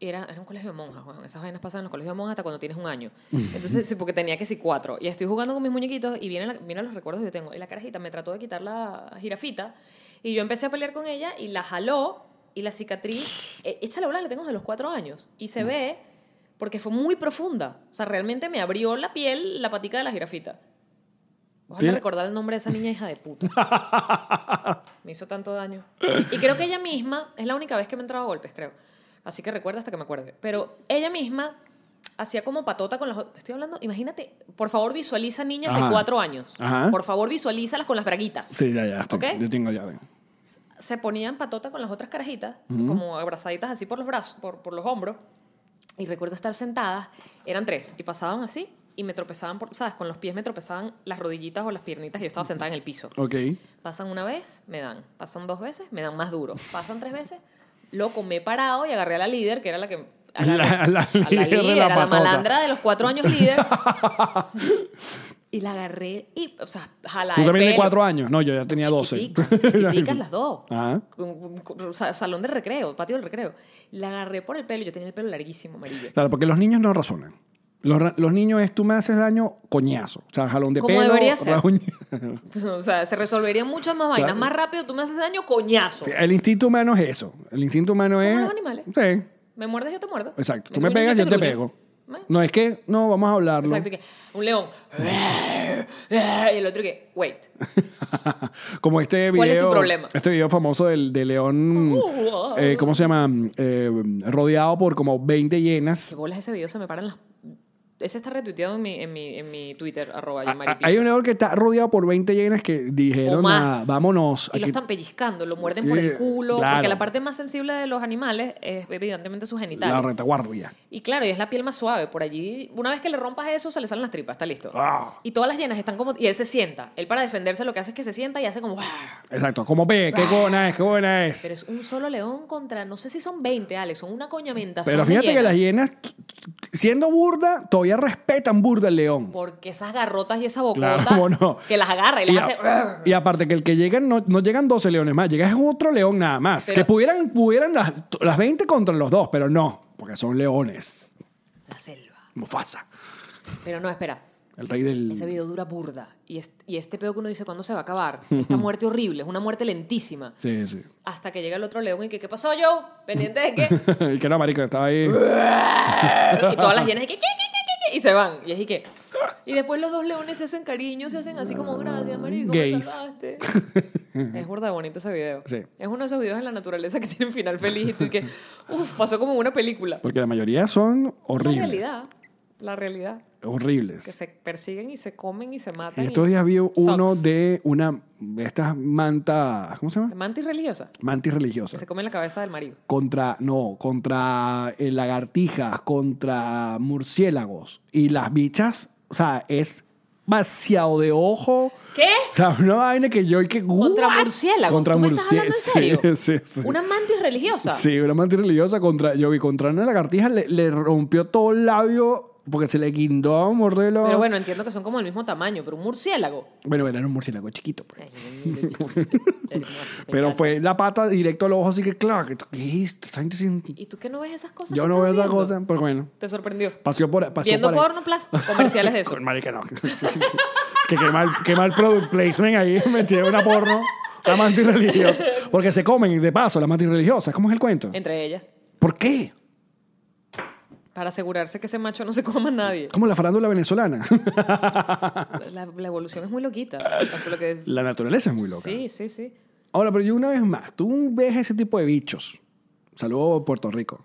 Speaker 1: y Era, era un colegio de monjas, weón. Esas vainas pasan en los colegios de monjas hasta cuando tienes un año. Entonces, sí, porque tenía que sí cuatro. Y estoy jugando con mis muñequitos y vienen la- mira los recuerdos que yo tengo. Y la carajita me trató de quitar la jirafita y yo empecé a pelear con ella y la jaló y la cicatriz, eh, hecha la bola, la tengo desde los cuatro años. Y se ve porque fue muy profunda. O sea, realmente me abrió la piel la patica de la jirafita. Ojalá
Speaker 2: Tiene-
Speaker 1: recordar el nombre de esa niña hija de puta. Me hizo tanto daño. Y creo que ella misma, es la única vez que me he entrado a golpes, creo. Así que recuerda hasta que me acuerde. Pero ella misma hacía como patota con las... Te estoy hablando, imagínate, por favor visualiza niñas de
Speaker 2: Ajá.
Speaker 1: cuatro años.
Speaker 2: Ajá.
Speaker 1: Por favor visualízalas con las braguitas.
Speaker 2: Sí, ya, ya. estoy-
Speaker 1: ¿Ok?
Speaker 2: Yo tengo ya.
Speaker 1: Se ponían patota con las otras carajitas, como abrazaditas así por los brazos, por, por los hombros. Y recuerdo estar sentadas, eran tres, y pasaban así y me tropezaban, por, ¿sabes? Con los pies me tropezaban las rodillitas o las piernitas y yo estaba sentada en el piso.
Speaker 2: Ok.
Speaker 1: Pasan una vez, me dan. Pasan dos veces, me dan más duro. Pasan tres veces, Loco, me he parado y agarré a la líder, que era la que. A
Speaker 2: La- la
Speaker 1: a
Speaker 2: líder de la
Speaker 1: líder, a la
Speaker 2: patota.
Speaker 1: malandra de los cuatro años líder. y la agarré y, o sea, jalá.
Speaker 2: Tú
Speaker 1: el
Speaker 2: también de
Speaker 1: pelo.
Speaker 2: cuatro años. No, yo ya tenía doce.
Speaker 1: Chiquiticas, chiquiticas las dos.
Speaker 2: Ajá.
Speaker 1: Con- con- con- sa- salón de recreo, patio del recreo. La agarré por el pelo. Yo tenía el pelo larguísimo, amarillo.
Speaker 2: Claro, porque los niños no razonan. Los, ra- los niños es tú me haces daño, coñazo. O sea, jalón de
Speaker 1: Como
Speaker 2: pelo.
Speaker 1: debería ser.
Speaker 2: rajuñ-
Speaker 1: O sea, se resolverían muchas más vainas.
Speaker 2: Claro.
Speaker 1: Más rápido, tú me haces daño, coñazo.
Speaker 2: El instinto humano es eso. El instinto humano es.
Speaker 1: los animales.
Speaker 2: Sí,
Speaker 1: Me muerdes, yo ¿Eh? te muerdo.
Speaker 2: exacto. Tú me pegas, yo
Speaker 1: gruñes,
Speaker 2: te
Speaker 1: gruño.
Speaker 2: pego.
Speaker 1: Ma-
Speaker 2: No es que, no, vamos a hablarlo.
Speaker 1: Exacto, y que un león. Y el otro que, wait.
Speaker 2: Como este video.
Speaker 1: ¿Cuál es tu problema?
Speaker 2: Este video famoso del de león.
Speaker 1: Uh.
Speaker 2: eh, ¿Cómo se llama? Eh, rodeado por como 20
Speaker 1: Si
Speaker 2: hienas.
Speaker 1: bolas ese video, se me paran las... Ese está retuiteado en mi, en mi, en mi Twitter, arroba
Speaker 2: Ah, ah,
Speaker 1: Yamari
Speaker 2: Hay
Speaker 1: Piso.
Speaker 2: un león que está rodeado por 20 hienas que dijeron,
Speaker 1: O más.
Speaker 2: "Ah, vámonos.
Speaker 1: Y lo
Speaker 2: aquí".
Speaker 1: están pellizcando, lo muerden
Speaker 2: Sí,
Speaker 1: por el culo.
Speaker 2: claro.
Speaker 1: Porque la parte más sensible de los animales es evidentemente sus
Speaker 2: la
Speaker 1: genitales.
Speaker 2: retaguardia.
Speaker 1: Y claro, y es la piel más suave. Por allí, una vez que le rompas eso, se le salen las tripas, está listo.
Speaker 2: Ah.
Speaker 1: Y todas las llenas están como. Y él se sienta. Él para defenderse lo que hace es que se sienta y hace como. "Uah".
Speaker 2: Exacto, como ve, qué buena es, qué buena es.
Speaker 1: Ah. Pero es un solo león contra. No sé si son 20, Alex, son una coñamentación.
Speaker 2: Pero
Speaker 1: de
Speaker 2: fíjate que
Speaker 1: hienas.
Speaker 2: las hienas, t- t- siendo burda, todavía respetan burda el león.
Speaker 1: Porque esas garrotas y esa bocota.
Speaker 2: Claro, ¿cómo no?
Speaker 1: Que las agarra y las
Speaker 2: Y a-
Speaker 1: hace.
Speaker 2: y aparte que el que llegan, no, no llegan 12 leones más, llega es otro león nada más.
Speaker 1: Pero-
Speaker 2: que pudieran, pudieran las, las 20 contra los dos, pero no, porque son leones.
Speaker 1: La selva.
Speaker 2: Mufasa,
Speaker 1: Pero no, espera.
Speaker 2: el rey del...
Speaker 1: Ese video dura burda. Y, es- y este pedo que uno dice, ¿cuándo se va a acabar? Esta muerte horrible, es una muerte lentísima.
Speaker 2: Sí, sí.
Speaker 1: Hasta que llega el otro león y que, ¿qué pasó, Joe? ¿Pendiente de qué?
Speaker 2: y que no, marico, estaba ahí.
Speaker 1: y todas las hienas y que, "¿Qué, qué, qué, qué, qué?", y se van y así que y después los dos leones se hacen cariño se hacen así como gracias marico me
Speaker 2: Gays.
Speaker 1: salvaste es burda de bonito ese video
Speaker 2: Sí.
Speaker 1: es uno de esos videos en la naturaleza que tienen final feliz y tú y que uff pasó como una película
Speaker 2: Porque la mayoría son horribles.
Speaker 1: la realidad la realidad que
Speaker 2: Horribles.
Speaker 1: se persiguen y se comen y se
Speaker 2: Y
Speaker 1: matan
Speaker 2: estos días vi uno
Speaker 1: Socks.
Speaker 2: de una de estas mantas, ¿cómo se llama?
Speaker 1: mantis religiosa
Speaker 2: Mantis
Speaker 1: que
Speaker 2: religiosas.
Speaker 1: se come la cabeza del marido
Speaker 2: contra, no, contra eh, lagartijas, contra murciélagos. Y las bichas, o sea, es vaciado de ojo.
Speaker 1: ¿Qué?
Speaker 2: O sea, una vaina que yo y que...
Speaker 1: contra
Speaker 2: ¿what?
Speaker 1: murciélagos
Speaker 2: Contra
Speaker 1: ¿Tú me estás hablando
Speaker 2: murciélagos.
Speaker 1: en serio?
Speaker 2: Sí, sí, sí.
Speaker 1: una mantis religiosa
Speaker 2: Sí, una mantis religiosa contra... Yo vi contra una lagartija, le, le rompió todo el labio porque se le guindó a un mordelo.
Speaker 1: pero bueno entiendo que son como del mismo tamaño pero un murciélago
Speaker 2: Bueno, era un murciélago chiquito. pues.
Speaker 1: Ay, mira, chiquito. Hermoso, me
Speaker 2: Pero
Speaker 1: encanta.
Speaker 2: fue la pata directo al ojo, así que claro, que ¿qué es esto? Esta gente sin-
Speaker 1: ¿Y tú qué no ves esas cosas?
Speaker 2: Yo
Speaker 1: que
Speaker 2: no
Speaker 1: estás
Speaker 2: veo esa
Speaker 1: viendo?
Speaker 2: cosa, pero bueno.
Speaker 1: ¿Te sorprendió?
Speaker 2: Pasó por... Pasó
Speaker 1: Viendo
Speaker 2: por ahí.
Speaker 1: porno, plas, comerciales de eso.
Speaker 2: Con marica no. que qué mal, qué mal product placement ahí, metido una porno. La mantis religiosa. Porque se comen, de paso, la mantis religiosa. ¿Cómo es el cuento?
Speaker 1: Entre ellas.
Speaker 2: ¿Por qué?
Speaker 1: Para asegurarse que ese macho no se coma a nadie.
Speaker 2: Como la farándula venezolana.
Speaker 1: La, la evolución es muy loquita. Tanto lo que es-
Speaker 2: la naturaleza es muy loca.
Speaker 1: Sí, sí, sí.
Speaker 2: Ahora, pero yo una vez más, tú ves ese tipo de bichos. Saludo a Puerto Rico.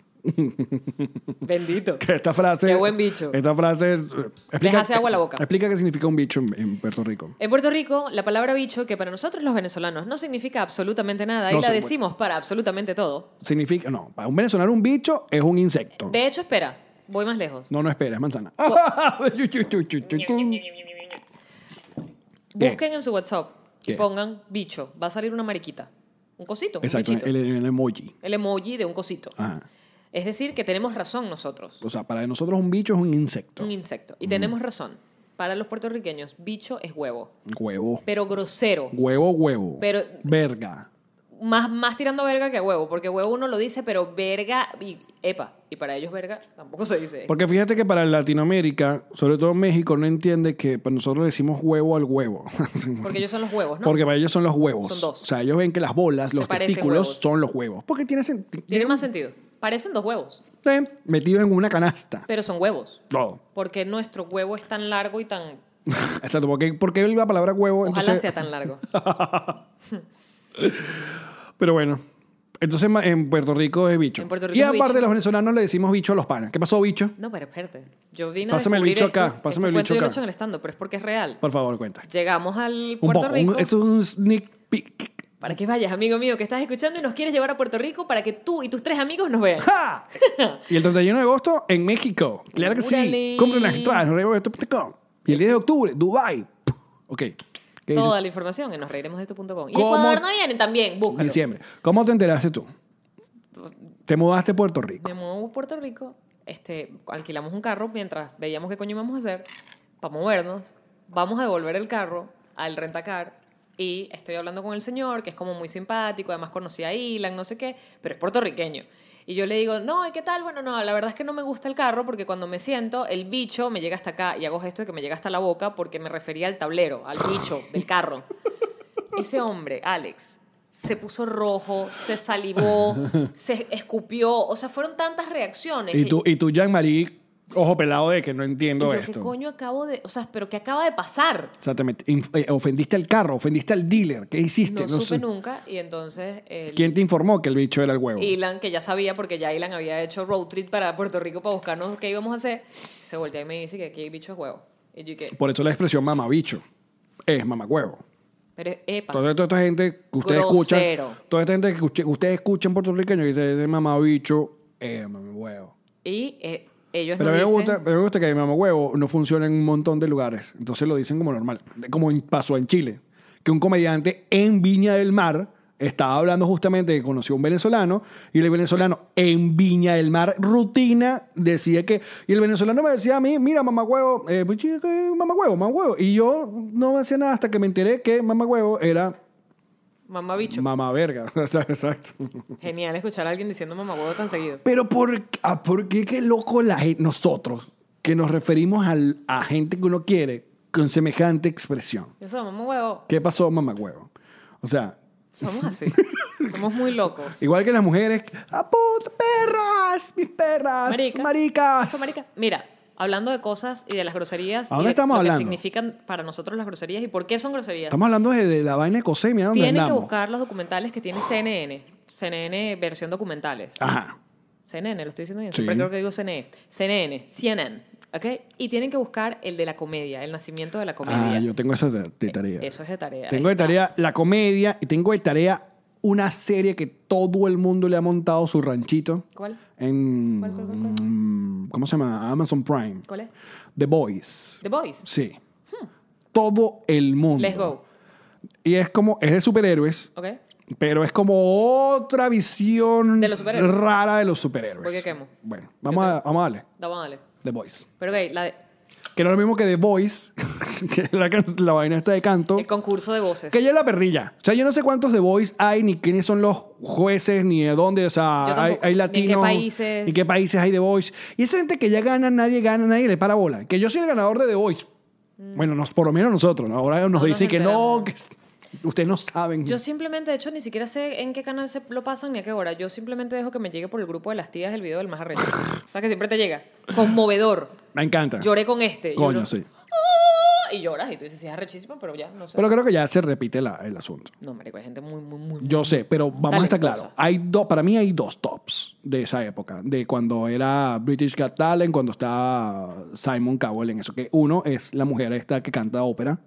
Speaker 1: Bendito.
Speaker 2: Que esta frase.
Speaker 1: Qué buen bicho.
Speaker 2: Esta frase. eh, Explica,
Speaker 1: hace agua la boca.
Speaker 2: Explica qué significa un bicho en, en Puerto Rico.
Speaker 1: En Puerto Rico, la palabra bicho, que para nosotros los venezolanos no significa absolutamente nada,
Speaker 2: No
Speaker 1: y la
Speaker 2: sé,
Speaker 1: decimos para absolutamente todo.
Speaker 2: Significa. No, para un venezolano, un bicho es un insecto.
Speaker 1: De hecho, espera, voy más lejos.
Speaker 2: No, no espera, es manzana. ¿Qué?
Speaker 1: Busquen en su WhatsApp y
Speaker 2: ¿Qué?
Speaker 1: pongan bicho. Va a salir una mariquita. Un cosito, un
Speaker 2: Exacto,
Speaker 1: bichito.
Speaker 2: el, Ah. el emoji.
Speaker 1: El emoji de un cosito.
Speaker 2: Ajá.
Speaker 1: Es decir, que tenemos razón nosotros.
Speaker 2: O sea, para nosotros un bicho es un insecto.
Speaker 1: Un insecto. Y
Speaker 2: Mm.
Speaker 1: tenemos razón. Para los puertorriqueños, bicho es huevo.
Speaker 2: Huevo.
Speaker 1: Pero grosero.
Speaker 2: Huevo, huevo.
Speaker 1: Pero-
Speaker 2: Verga.
Speaker 1: Más, más tirando verga que huevo. Porque huevo uno lo dice, pero verga y epa. Y para ellos verga tampoco se dice.
Speaker 2: Porque fíjate que para Latinoamérica, sobre todo México, no entiende que pues, nosotros decimos huevo al huevo.
Speaker 1: Porque ellos son los huevos, ¿no?
Speaker 2: Porque para ellos son los huevos.
Speaker 1: Son dos.
Speaker 2: O sea, ellos ven que las bolas,
Speaker 1: Se
Speaker 2: los
Speaker 1: parecen
Speaker 2: testículos
Speaker 1: huevos.
Speaker 2: son los huevos. Porque tiene sentido.
Speaker 1: Tiene más sentido. Parecen dos huevos,
Speaker 2: metido en una canasta.
Speaker 1: pero son huevos.
Speaker 2: Todo.
Speaker 1: Porque nuestro huevo es tan largo y tan...
Speaker 2: Exacto. Porque, porque la palabra huevo.
Speaker 1: Ojalá
Speaker 2: Pues entonces-
Speaker 1: sea tan largo.
Speaker 2: Pero bueno. Entonces ma- en Puerto Rico es bicho.
Speaker 1: En Puerto
Speaker 2: y
Speaker 1: Rico es
Speaker 2: aparte
Speaker 1: bicho.
Speaker 2: los venezolanos le decimos bicho a los panas. ¿Qué pasó, bicho?
Speaker 1: No, pero espérate. Yo vine
Speaker 2: Pásame
Speaker 1: a
Speaker 2: el
Speaker 1: descubrir
Speaker 2: bicho
Speaker 1: esto.
Speaker 2: acá, pásame el
Speaker 1: Este cuento
Speaker 2: bicho
Speaker 1: yo lo he
Speaker 2: acá.
Speaker 1: hecho en el stand pero es porque es real.
Speaker 2: Por favor, cuenta.
Speaker 1: Llegamos al
Speaker 2: Un
Speaker 1: Puerto
Speaker 2: poco, un-
Speaker 1: Rico.
Speaker 2: es un sneak peek.
Speaker 1: Para que vayas, amigo mío, que estás escuchando y nos quieres llevar a Puerto Rico para que tú y tus tres amigos nos vean.
Speaker 2: ¡Ja! y el 31 de agosto en México. Claro que sí.
Speaker 1: Órale.
Speaker 2: Compren las entradas en rebebeto.com. Y el 10 de octubre, Dubai. Ok. ¿Qué
Speaker 1: Toda la información en nosreiremosdeesto.com. Y
Speaker 2: ¿Cómo?
Speaker 1: Ecuador no vienen también,
Speaker 2: dices?
Speaker 1: búscalo.
Speaker 2: Diciembre. ¿Cómo te enteraste tú? Te mudaste a Puerto Rico.
Speaker 1: Me mudo a Puerto Rico, este, alquilamos un carro mientras veíamos qué coño íbamos a hacer para movernos. Vamos a devolver el carro al rentacar y estoy hablando con el señor, que es como muy simpático, además conocí a Ilan, no sé qué, pero es puertorriqueño. Y yo le digo, no, ¿y qué tal? Bueno, no, la verdad es que no me gusta el carro porque cuando me siento, el bicho me llega hasta acá y hago gesto de que me llega hasta la boca porque me refería al tablero, al bicho del carro. Ese hombre, Alex, se puso rojo, se salivó, se escupió. O sea, fueron tantas reacciones.
Speaker 2: Y
Speaker 1: que-
Speaker 2: tú, y tú Jean-Marie, ojo pelado de que no
Speaker 1: y
Speaker 2: entiendo
Speaker 1: yo, ¿qué
Speaker 2: esto. O
Speaker 1: coño acabo de...? O sea, ¿pero qué acaba de pasar?
Speaker 2: sea, te met- inf- eh, ofendiste al carro, ofendiste al dealer. ¿Qué hiciste?
Speaker 1: No, supe
Speaker 2: sé.
Speaker 1: nunca. Y entonces... el-
Speaker 2: ¿Quién te informó que el bicho era el huevo?
Speaker 1: Ilan, que ya sabía porque ya Ilan había hecho road trip para Puerto Rico para buscarnos qué íbamos a hacer, se voltea y me dice que aquí hay bicho de huevo. Y yo que,
Speaker 2: Por eso la expresión mamabicho es mamacuevo.
Speaker 1: pero epa,
Speaker 2: Entonces, toda esta gente que ustedes
Speaker 1: Grosero.
Speaker 2: escuchan, toda esta gente que usted- ustedes escuchan puertorriqueños que dice, ese mamabicho es mamahuevo.
Speaker 1: y eh, ellos
Speaker 2: Pero a
Speaker 1: nos
Speaker 2: mí me
Speaker 1: dicen,
Speaker 2: gusta, pero me gusta que el mamahuevo no funciona en un montón de lugares. Entonces lo dicen como normal. Como en- pasó en Chile. Que un comediante en Viña del Mar estaba hablando justamente que conoció a un venezolano y el venezolano en Viña del Mar, rutina, decía que... Y el venezolano me decía a mí, mira, mamahuevo, eh, pues, chico, eh, mamahuevo, mamahuevo. Y yo no me hacía nada hasta que me enteré que mamahuevo era
Speaker 1: mamá bicho.
Speaker 2: mamá verga. O sea, Exacto.
Speaker 1: Genial escuchar a alguien diciendo mamá huevo tan seguido.
Speaker 2: Pero ¿por, ah, ¿por qué qué loco la gen- nosotros que nos referimos al- a gente que uno quiere con semejante expresión?
Speaker 1: Yo soy mamá huevo.
Speaker 2: ¿Qué pasó, mamagüevo? O sea,
Speaker 1: Somos así. Somos muy locos.
Speaker 2: igual que las mujeres, ¡ah, puta, perras! ¡Mis perras!
Speaker 1: Marica.
Speaker 2: ¡Maricas!
Speaker 1: Eso, marica. Mira, hablando de cosas y de las groserías,
Speaker 2: ¿Ahora
Speaker 1: y de
Speaker 2: estamos
Speaker 1: lo
Speaker 2: hablando?
Speaker 1: que significan para nosotros las groserías y por qué son groserías.
Speaker 2: Estamos hablando de, de la vaina de Cosé, mira dónde
Speaker 1: Tienen que
Speaker 2: andamos.
Speaker 1: buscar los documentales que tiene CNN. CNN versión documentales.
Speaker 2: Ajá.
Speaker 1: CNN, lo estoy diciendo bien.
Speaker 2: Ah. Sí.
Speaker 1: Siempre creo que digo CNN. CNN, CNN. ¿Ok? Y tienen que buscar el de la comedia, el nacimiento de la comedia. Eh,
Speaker 2: Ah, yo tengo esa de, de tarea.
Speaker 1: Eso es de tarea.
Speaker 2: Tengo de
Speaker 1: Está.
Speaker 2: tarea la comedia y tengo de tarea una serie que todo el mundo le ha montado su ranchito.
Speaker 1: ¿Cuál?
Speaker 2: En,
Speaker 1: ¿Cuál, cuál, cuál, cuál?
Speaker 2: mm, ¿Cómo se llama? Amazon Prime.
Speaker 1: ¿Cuál es?
Speaker 2: The Boys.
Speaker 1: The Boys.
Speaker 2: Sí. Todo el mundo.
Speaker 1: Hmm. Let's go.
Speaker 2: Y es como, es de superhéroes,
Speaker 1: ¿Ok?
Speaker 2: pero es como otra visión
Speaker 1: De los superhéroes.
Speaker 2: rara de los superhéroes.
Speaker 1: Porque quemo.
Speaker 2: Bueno, vamos a, vamos a darle.
Speaker 1: Vamos, dale.
Speaker 2: The Boys.
Speaker 1: Pero, ok, la de-
Speaker 2: Que no es lo mismo que The Boys, que es la, can- la vaina esta de canto.
Speaker 1: el concurso de voces.
Speaker 2: Que ya es la perrilla. O sea, yo no sé cuántos The Boys hay, ni quiénes son los jueces, ni de dónde. O sea,
Speaker 1: Yo tampoco.
Speaker 2: hay, hay
Speaker 1: Ni en qué
Speaker 2: latinos.
Speaker 1: países.
Speaker 2: ni qué países hay The Boys. Y esa gente que ya gana, nadie gana, nadie le para bola. Que yo soy el ganador de The Boys. Bueno, nos, por lo menos nosotros. ¿no? Ahora nos
Speaker 1: nos
Speaker 2: dicen que
Speaker 1: Mm.
Speaker 2: no,
Speaker 1: enteramos.
Speaker 2: que ustedes no saben.
Speaker 1: Yo simplemente, de hecho, ni siquiera sé en qué canal se lo pasan ni a qué hora. Yo simplemente dejo que me llegue por el grupo de las tías el video del más arrecho. o sea, que siempre te llega. Conmovedor.
Speaker 2: Me encanta.
Speaker 1: Lloré con este. Y
Speaker 2: Coño,
Speaker 1: uno,
Speaker 2: sí.
Speaker 1: "Ah", Y lloras y tú dices, sí, es arrechísimo, pero ya, no sé.
Speaker 2: Pero creo que ya se repite la- el asunto.
Speaker 1: No, marico, hay gente muy, muy, muy...
Speaker 2: Yo sé, pero vamos a estar
Speaker 1: Talentosa.
Speaker 2: claros. Hay dos, para mí hay dos tops de esa época, de cuando era British Got Talent, cuando estaba Simon Cowell en eso. Que uno es la mujer esta que canta ópera,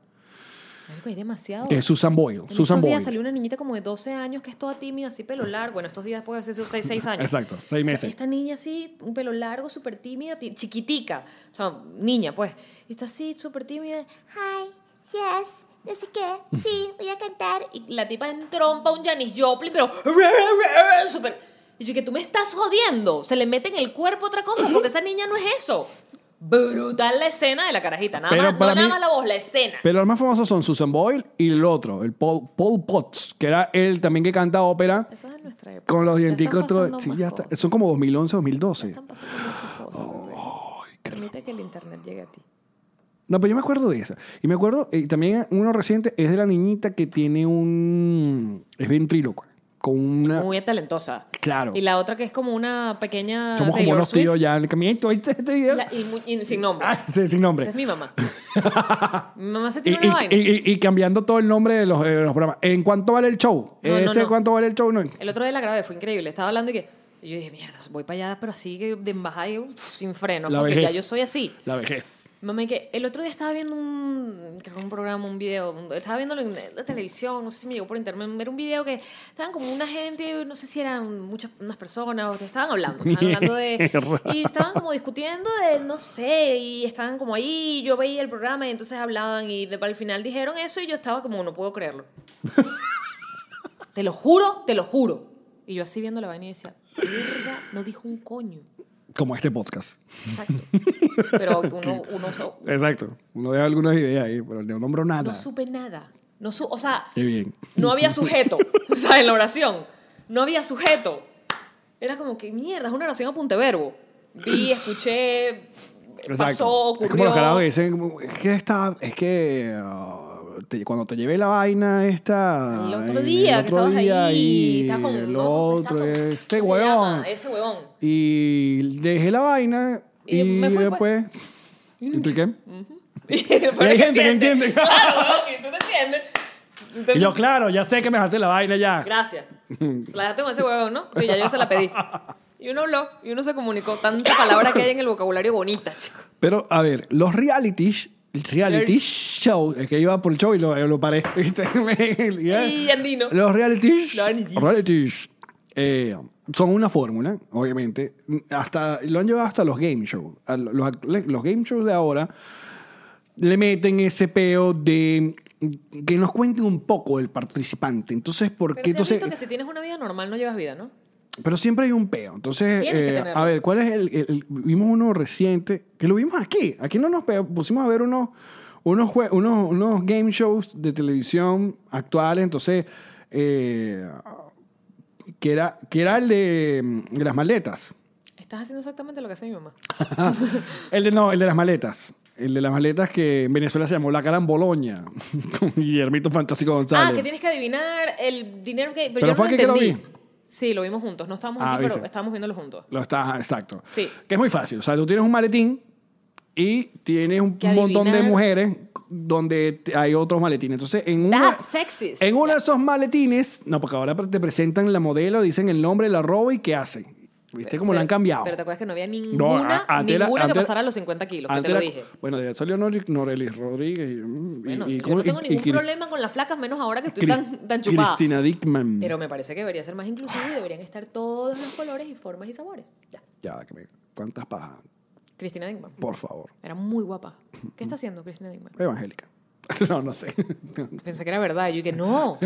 Speaker 1: Marico, hay demasiado.
Speaker 2: que es Susan Boyle.
Speaker 1: Oh. En
Speaker 2: Susan
Speaker 1: estos
Speaker 2: Boyle.
Speaker 1: días salió una niñita como de 12 años que es toda tímida, así pelo largo. En estos días puede ser sus 6 años.
Speaker 2: Exacto, seis
Speaker 1: O sea,
Speaker 2: meses.
Speaker 1: esta niña así, un pelo largo, súper tímida, ti- chiquitica. O sea, niña, pues. Y está así, súper tímida.
Speaker 4: Hi, yes, no sé qué, sí, voy a cantar.
Speaker 1: Y la tipa entrompa un Janis Joplin, pero... Súper... Y yo que tú me estás jodiendo. Se le mete en el cuerpo otra cosa porque esa niña no es eso. Brutal la escena de la carajita. Nada
Speaker 2: Pero
Speaker 1: más, no
Speaker 2: para
Speaker 1: nada
Speaker 2: mí-
Speaker 1: más la voz, la escena.
Speaker 2: Pero los más famosos son Susan Boyle y el otro, el Paul, Paul Potts, que era él también que canta ópera.
Speaker 1: Eso es de nuestra época.
Speaker 2: Con los
Speaker 1: Ya están
Speaker 2: dienticos todo-
Speaker 1: pasando
Speaker 2: sí,
Speaker 1: más
Speaker 2: ya está.
Speaker 1: cosas.
Speaker 2: Son como 2011, 2012.
Speaker 1: Están pasando muchas cosas, bebé. Permite que el internet llegue a ti.
Speaker 2: No, pero yo me acuerdo de esa. Y me acuerdo, eh, también uno reciente es de la niñita que tiene un. Es ventrílocua. Con una.
Speaker 1: Muy talentosa.
Speaker 2: Claro.
Speaker 1: Y la otra que es como una pequeña.
Speaker 2: Somos como
Speaker 1: Ah, Taylor
Speaker 2: unos
Speaker 1: Swift.
Speaker 2: tíos ya en el caminito. ¿Viste este video?
Speaker 1: La- y, mu- y sin nombre.
Speaker 2: Ah, sí, sin nombre.
Speaker 1: Esa es mi mamá. mi mamá se
Speaker 2: Y,
Speaker 1: tiene
Speaker 2: y-
Speaker 1: una vaina.
Speaker 2: y- y- y cambiando todo el nombre de los, de los programas. ¿En cuánto vale el show?
Speaker 1: No, no,
Speaker 2: ¿Ese
Speaker 1: no.
Speaker 2: cuánto vale el show? No.
Speaker 1: El otro día la grabé, fue increíble. Estaba hablando y que. y yo dije, mierda, voy para allá, pero así que de embajada y, uf, sin freno,
Speaker 2: La
Speaker 1: porque
Speaker 2: vejez.
Speaker 1: ya yo soy así.
Speaker 2: La vejez.
Speaker 1: Mamá, y que el otro día estaba viendo un, creo que un programa, un video, un- estaba viéndolo en la televisión, no sé si me llegó por internet, era un video que estaban como una gente, no sé si eran muchas unas personas, o te estaban hablando, estaban hablando de...
Speaker 2: Mierda.
Speaker 1: Y estaban como discutiendo de, no sé, y estaban como ahí, y yo veía el programa y entonces hablaban y de- al final dijeron eso y yo estaba como, no puedo creerlo. te lo juro, te lo juro. Y yo así viendo la vaina y decía, verga, no dijo un coño.
Speaker 2: Como este podcast.
Speaker 1: Exacto. Pero uno, uno se-
Speaker 2: Exacto. Uno deja algunas ideas ahí, pero no nombro nada.
Speaker 1: no supe nada. No su- o sea,
Speaker 2: Qué bien.
Speaker 1: no había sujeto. O sea, en la oración, no había sujeto. Era como que mierda, es una oración a punteverbo. Vi, escuché,
Speaker 2: Exacto.
Speaker 1: pasó,
Speaker 2: Es como los carajos que
Speaker 1: ocurrió.
Speaker 2: dicen, como, es que, esta- es que ah, te- cuando te llevé la vaina esta...
Speaker 1: El otro
Speaker 2: y
Speaker 1: día
Speaker 2: el
Speaker 1: que
Speaker 2: otro
Speaker 1: estabas
Speaker 2: día
Speaker 1: ahí,
Speaker 2: Y
Speaker 1: estabas con-
Speaker 2: el
Speaker 1: no, con- estabas
Speaker 2: otro,
Speaker 1: con-
Speaker 2: este
Speaker 1: ¿cómo se
Speaker 2: huevón.
Speaker 1: llama? Ese huevón.
Speaker 2: Y dejé la vaina y,
Speaker 1: Y me fui, pues.
Speaker 2: después... ¿Y tú qué?
Speaker 1: Pero
Speaker 2: hay
Speaker 1: que
Speaker 2: gente que entiende.
Speaker 1: Claro, huevón, y tú te entiendes. Tú te-
Speaker 2: Y yo, claro, ya sé que me dejaste la vaina ya.
Speaker 1: Gracias. La dejaste con ese huevón, ¿no? Sí, ya yo se la pedí. Y uno habló, y uno se comunicó. Tanta palabra que hay en el vocabulario bonita, chico.
Speaker 2: Pero, a ver, los reality, sh- reality
Speaker 1: Los-
Speaker 2: show, es que iba por el show y lo, eh, lo paré, ¿viste? Me- ya.
Speaker 1: Y andino.
Speaker 2: Los reality, sh-
Speaker 1: Realities.
Speaker 2: reality sh- eh, son una fórmula, obviamente. Hasta, lo han llevado hasta los game shows. Los, act- los game shows de ahora le meten ese peo de que nos cuenten un poco el participante. Entonces, ¿por
Speaker 1: Pero
Speaker 2: qué?
Speaker 1: si has
Speaker 2: Entonces,
Speaker 1: visto que si tienes una vida normal no llevas vida, ¿no?
Speaker 2: pero siempre hay un peo. Entonces,
Speaker 1: Tienes que
Speaker 2: eh,
Speaker 1: tenerlo.
Speaker 2: a ver, ¿cuál es el, el- el- Vimos uno reciente, que lo vimos aquí. Aquí no nos pe- pusimos a ver unos, unos, jue- unos, unos game shows de televisión actuales. Entonces, eh, que, era, que era el de, mm, de las maletas.
Speaker 1: Estás haciendo exactamente lo que hace mi mamá. Ah,
Speaker 2: el de, no, el de las maletas. El de las maletas que en Venezuela se llamó La Caramboloña. Con Guillermito Fantástico González.
Speaker 1: Ah, que tienes que adivinar el dinero que... Pero,
Speaker 2: Pero
Speaker 1: yo
Speaker 2: fue
Speaker 1: no lo
Speaker 2: aquí que lo
Speaker 1: entendí.
Speaker 2: vi.
Speaker 1: Sí, lo vimos juntos. No estábamos
Speaker 2: Ah,
Speaker 1: aquí, pero
Speaker 2: viste.
Speaker 1: estábamos viéndolo juntos.
Speaker 2: Lo estás, exacto.
Speaker 1: Sí.
Speaker 2: Que es muy fácil. O sea, tú tienes un maletín y tienes un
Speaker 1: Que
Speaker 2: montón de
Speaker 1: adivinar.
Speaker 2: mujeres donde te- hay otros maletines. Entonces, en una,
Speaker 1: That's sexist.
Speaker 2: en uno de esos maletines, no, porque ahora te presentan la modelo, dicen el nombre, la roba y qué hacen. ¿Viste cómo lo
Speaker 1: Pero-
Speaker 2: han cambiado?
Speaker 1: Pero te acuerdas que no había
Speaker 2: No,
Speaker 1: ninguna,
Speaker 2: a- antes era-
Speaker 1: ninguna que
Speaker 2: antes-
Speaker 1: pasara los 50 kilos, que te
Speaker 2: antes
Speaker 1: lo
Speaker 2: era-
Speaker 1: dije.
Speaker 2: Bueno, ya salió Nor- Norelis Rodríguez. y- y-
Speaker 1: Bueno,
Speaker 2: y-
Speaker 1: yo
Speaker 2: ¿cómo-
Speaker 1: no tengo
Speaker 2: y- y
Speaker 1: ningún
Speaker 2: Cris-
Speaker 1: problema con las flacas, menos ahora que estoy
Speaker 2: Cris-
Speaker 1: tan, tan chupada.
Speaker 2: Cristina Dickman.
Speaker 1: Pero me parece que debería ser más inclusivo y deberían estar todos los colores y formas y sabores. Ya.
Speaker 2: Ya, que me- ¿cuántas pajas?
Speaker 1: Cristina Dickman.
Speaker 2: Por favor.
Speaker 1: Era muy guapa. ¿Qué está haciendo Cristina Dickman?
Speaker 2: Evangélica. No, no sé.
Speaker 1: Pensé que era verdad. Y yo dije, no.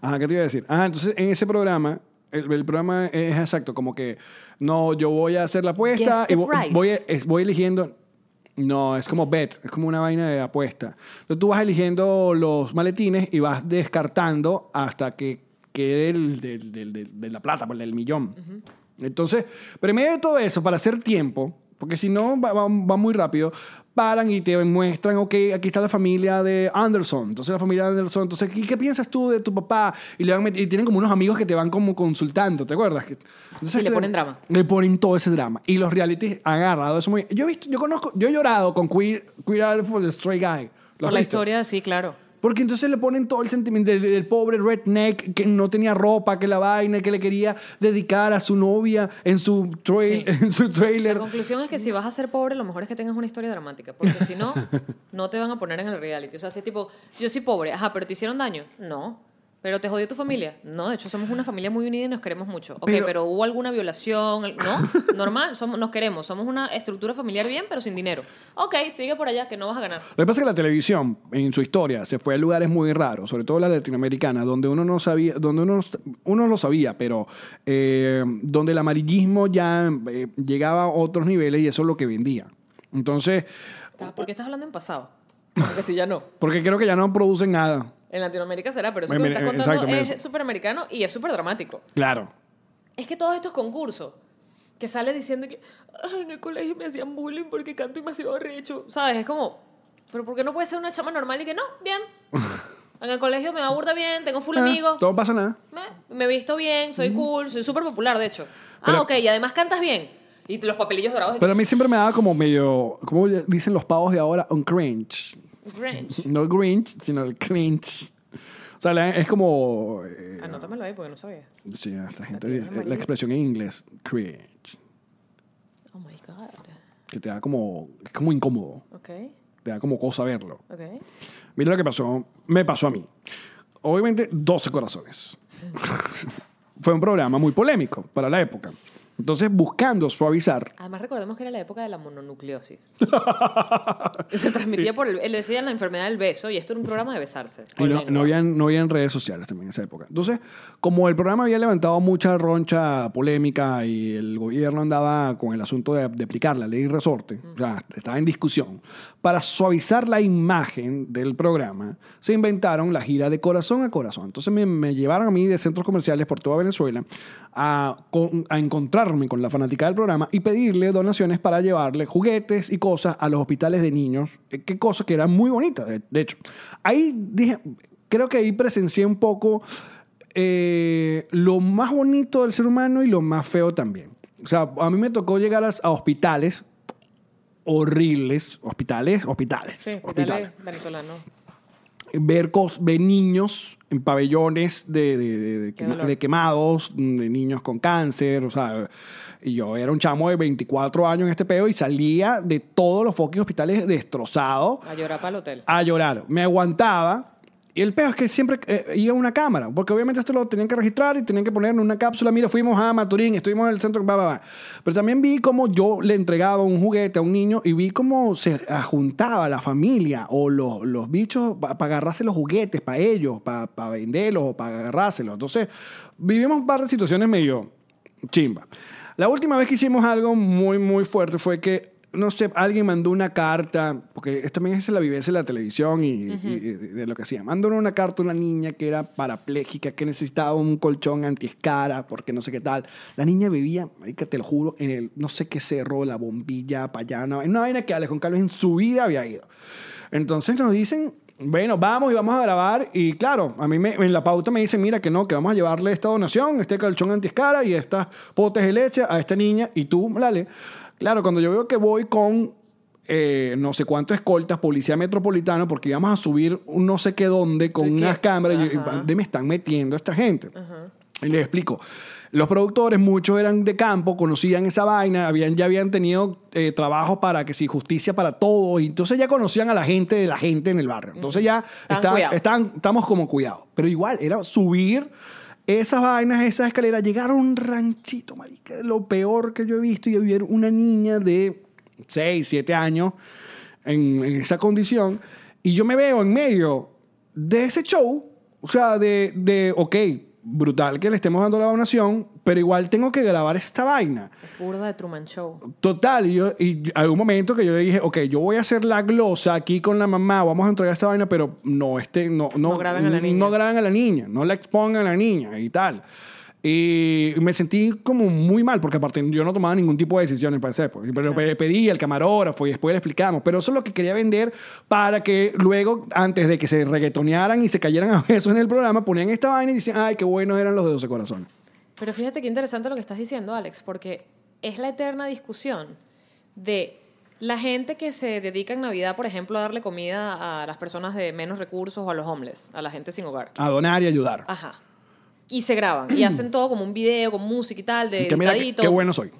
Speaker 2: Ajá, ¿qué te iba a decir? Ah, entonces en ese programa, el, el programa es exacto, como que no, yo voy a hacer la apuesta
Speaker 1: Guess the
Speaker 2: y vo-
Speaker 1: price.
Speaker 2: voy, es- voy eligiendo. No, es como bet, es como una vaina de apuesta. Entonces tú vas eligiendo los maletines y vas descartando hasta que quede el, del- del- del- de la plata, pues del millón. Entonces, primero de todo eso, para hacer tiempo, porque si no va, va- va muy rápido, paran y te muestran, ok, aquí está la familia de Anderson, entonces la familia de Anderson, entonces, ¿y qué piensas tú de tu papá? Y, le van met- y tienen como unos amigos que te van como consultando, ¿te acuerdas? Que- Entonces,
Speaker 1: Y le ponen drama.
Speaker 2: Le ponen todo ese drama. Y los realities han agarrado eso muy... Yo he visto, yo conozco, yo he llorado con Queer, Queer Eye for the Stray Guy. ¿Lo
Speaker 1: Por
Speaker 2: has
Speaker 1: la
Speaker 2: visto?
Speaker 1: historia, sí, claro.
Speaker 2: Porque entonces le ponen todo el sentimiento del, del pobre redneck que no tenía ropa, que la vaina, que le quería dedicar a su novia en su,
Speaker 1: Sí.
Speaker 2: trail, en su
Speaker 1: La
Speaker 2: trailer.
Speaker 1: conclusión es que si vas a ser pobre, lo mejor es que tengas una historia dramática. Porque si no, no te van a poner en el reality. O sea, si es tipo, yo soy pobre, ajá, pero te hicieron daño. No. Pero te jodió tu familia. No, de hecho, somos una familia muy unida y nos queremos mucho. Ok,
Speaker 2: Pero-
Speaker 1: pero, hubo alguna violación. el- No, normal, somos, nos queremos. Somos una estructura familiar bien, pero sin dinero. Ok, sigue por allá, que no vas a ganar.
Speaker 2: Lo que pasa es que la televisión, en su historia, se fue a lugares muy raros, sobre todo la latinoamericana, donde uno no sabía, donde uno, uno lo sabía, pero eh, donde el amarillismo ya eh, llegaba a otros niveles y eso es lo que vendía. Entonces,
Speaker 1: ¿Por qué estás hablando en pasado? Porque si ya no.
Speaker 2: porque creo que ya no producen nada.
Speaker 1: En Latinoamérica será, pero eso que
Speaker 2: Bueno,
Speaker 1: me estás
Speaker 2: mira, eh,
Speaker 1: contando
Speaker 2: exacto,
Speaker 1: es súper americano y es súper dramático.
Speaker 2: Claro.
Speaker 1: Es que todos estos concursos que sale diciendo que "Ay, en el colegio me hacían bullying porque canto demasiado recho, ¿sabes? Es como, pero ¿por qué no puede ser una chama normal y que no? Bien. En el colegio me va burda bien, tengo full
Speaker 2: Ah,
Speaker 1: amigos,
Speaker 2: No pasa nada.
Speaker 1: me, me visto bien, soy cool, soy súper popular, de hecho.
Speaker 2: Pero-
Speaker 1: ah, ok, y además cantas bien. Y los papelillos dorados.
Speaker 2: Pero a mí siempre me daba como medio, como dicen los pavos de ahora, un cringe.
Speaker 1: Grinch.
Speaker 2: No el Grinch, sino el cringe. O sea, la- es como... eh,
Speaker 1: Anótamelo ahí porque no sabía.
Speaker 2: sí, esta gente, eh,
Speaker 1: tiene
Speaker 2: la,
Speaker 1: amarillo.
Speaker 2: expresión en inglés, cringe,
Speaker 1: Oh my God.
Speaker 2: que te da como, es como incómodo,
Speaker 1: Ok,
Speaker 2: te da como cosa verlo.
Speaker 1: ok.
Speaker 2: Mira lo que pasó, me pasó a mí. Obviamente, 12 corazones. Fue un programa muy polémico para la época. Entonces, buscando suavizar.
Speaker 1: Además, recordemos que era la época de la mononucleosis. Se transmitía por el. Le decían la enfermedad del beso y esto era un programa de besarse.
Speaker 2: Y
Speaker 1: con
Speaker 2: no,
Speaker 1: lengua.
Speaker 2: no habían, no habían redes sociales también en esa época. Entonces, como el programa había levantado mucha roncha polémica y el gobierno andaba con el asunto de, de aplicar la ley resorte, o sea, estaba en discusión, para suavizar la imagen del programa, se inventaron la gira de corazón a corazón. Entonces me, me llevaron a mí de centros comerciales por toda Venezuela a, con- a encontrarme con la fanática del programa y pedirle donaciones para llevarle juguetes y cosas a los hospitales de niños, eh, que cosas que eran muy bonitas, de- de hecho. Ahí dije, creo que ahí presencié un poco eh, lo más bonito del ser humano y lo más feo también. O sea, a mí me tocó llegar a, a hospitales horribles, hospitales, hospitales,
Speaker 1: Sí,
Speaker 2: hospitales.
Speaker 1: hospitales venezolanos.
Speaker 2: Ver, cos- ver niños en pabellones de, de- de- de
Speaker 1: Qué
Speaker 2: quema-
Speaker 1: dolor.
Speaker 2: de quemados, mm, de niños con cáncer, o sea, y yo era un chamo de 24 años en este peo y salía de todos los fucking hospitales destrozado
Speaker 1: A llorar para el hotel.
Speaker 2: a llorar. Me aguantaba. Y el peor es que siempre eh, iba a una cámara, porque obviamente esto lo tenían que registrar y tenían que poner en una cápsula. Mira, fuimos a Maturín, estuvimos en el centro, va, va, va. Pero también vi cómo yo le entregaba un juguete a un niño y vi cómo se juntaba la familia o los, los bichos para agarrarse los juguetes para ellos, para venderlos o para agarrárselos. Entonces, vivimos un par de situaciones medio chimba. La última vez que hicimos algo muy, muy fuerte fue que, no sé, alguien mandó una carta, porque esto también es la vivencia de la televisión y, y- y de lo que hacía. Mandó una carta a una niña que era parapléjica, que necesitaba un colchón antiescara, porque no sé qué tal. La niña vivía, marica, te lo juro, en el no sé qué cerro, la bombilla, payana, una vaina que Alejón Carlos en su vida había ido. Entonces nos dicen, bueno, vamos y vamos a grabar. Y claro, a mí me- en la pauta me dicen, mira que no, que vamos a llevarle esta donación, este calchón antiscara y estas potes de leche a esta niña y tú, Lale. Claro, cuando yo veo que voy con eh, no sé cuántos escoltas, policía metropolitana, porque íbamos a subir un no sé qué dónde con
Speaker 1: ¿Y qué?
Speaker 2: unas cámaras, y yo,
Speaker 1: Ajá.
Speaker 2: ¿dónde me están metiendo esta gente? Y les explico. Los productores, muchos eran de campo, conocían esa vaina, habían, ya habían tenido eh, trabajo para que si justicia para todos, y entonces ya conocían a la gente de la gente en el barrio. Entonces ya
Speaker 1: Estaban
Speaker 2: está-
Speaker 1: cuidados.
Speaker 2: estaban- estamos como cuidados. Pero igual, era subir esas vainas, esas escaleras, llegar a un ranchito, marica, lo peor que yo he visto, y yo vi una niña de 6, 7 años en, en esa condición, y yo me veo en medio de ese show, o sea, de, de, ok, brutal que le estemos dando la donación, pero igual tengo que grabar esta vaina.
Speaker 1: Burda de Truman Show.
Speaker 2: Total, y, yo, y yo- hay un momento que yo le dije, ok, yo voy a hacer la glosa aquí con la mamá, vamos a entregar esta vaina, pero no, este, no, no,
Speaker 1: No graben a la niña.
Speaker 2: No graben a la niña, no la expongan a la niña y tal. Y me sentí como muy mal, porque aparte yo no tomaba ningún tipo de decisiones para hacer, pues, pero pe- pedí al camarógrafo y después le explicamos, pero eso es lo que quería vender para que luego, antes de que se reggaetonearan y se cayeran a besos en el programa, ponían esta vaina y decían, ay, qué buenos eran los de 12 corazones.
Speaker 1: Pero fíjate qué interesante lo que estás diciendo, Alex, porque es la eterna discusión de la gente que se dedica en Navidad, por ejemplo, a darle comida a las personas de menos recursos o a los homeless, a la gente sin hogar.
Speaker 2: A donar y ayudar.
Speaker 1: Ajá. Y se graban y hacen todo como un video, con música y tal, de
Speaker 2: que mira, qué-
Speaker 1: editadito.
Speaker 2: qué bueno soy.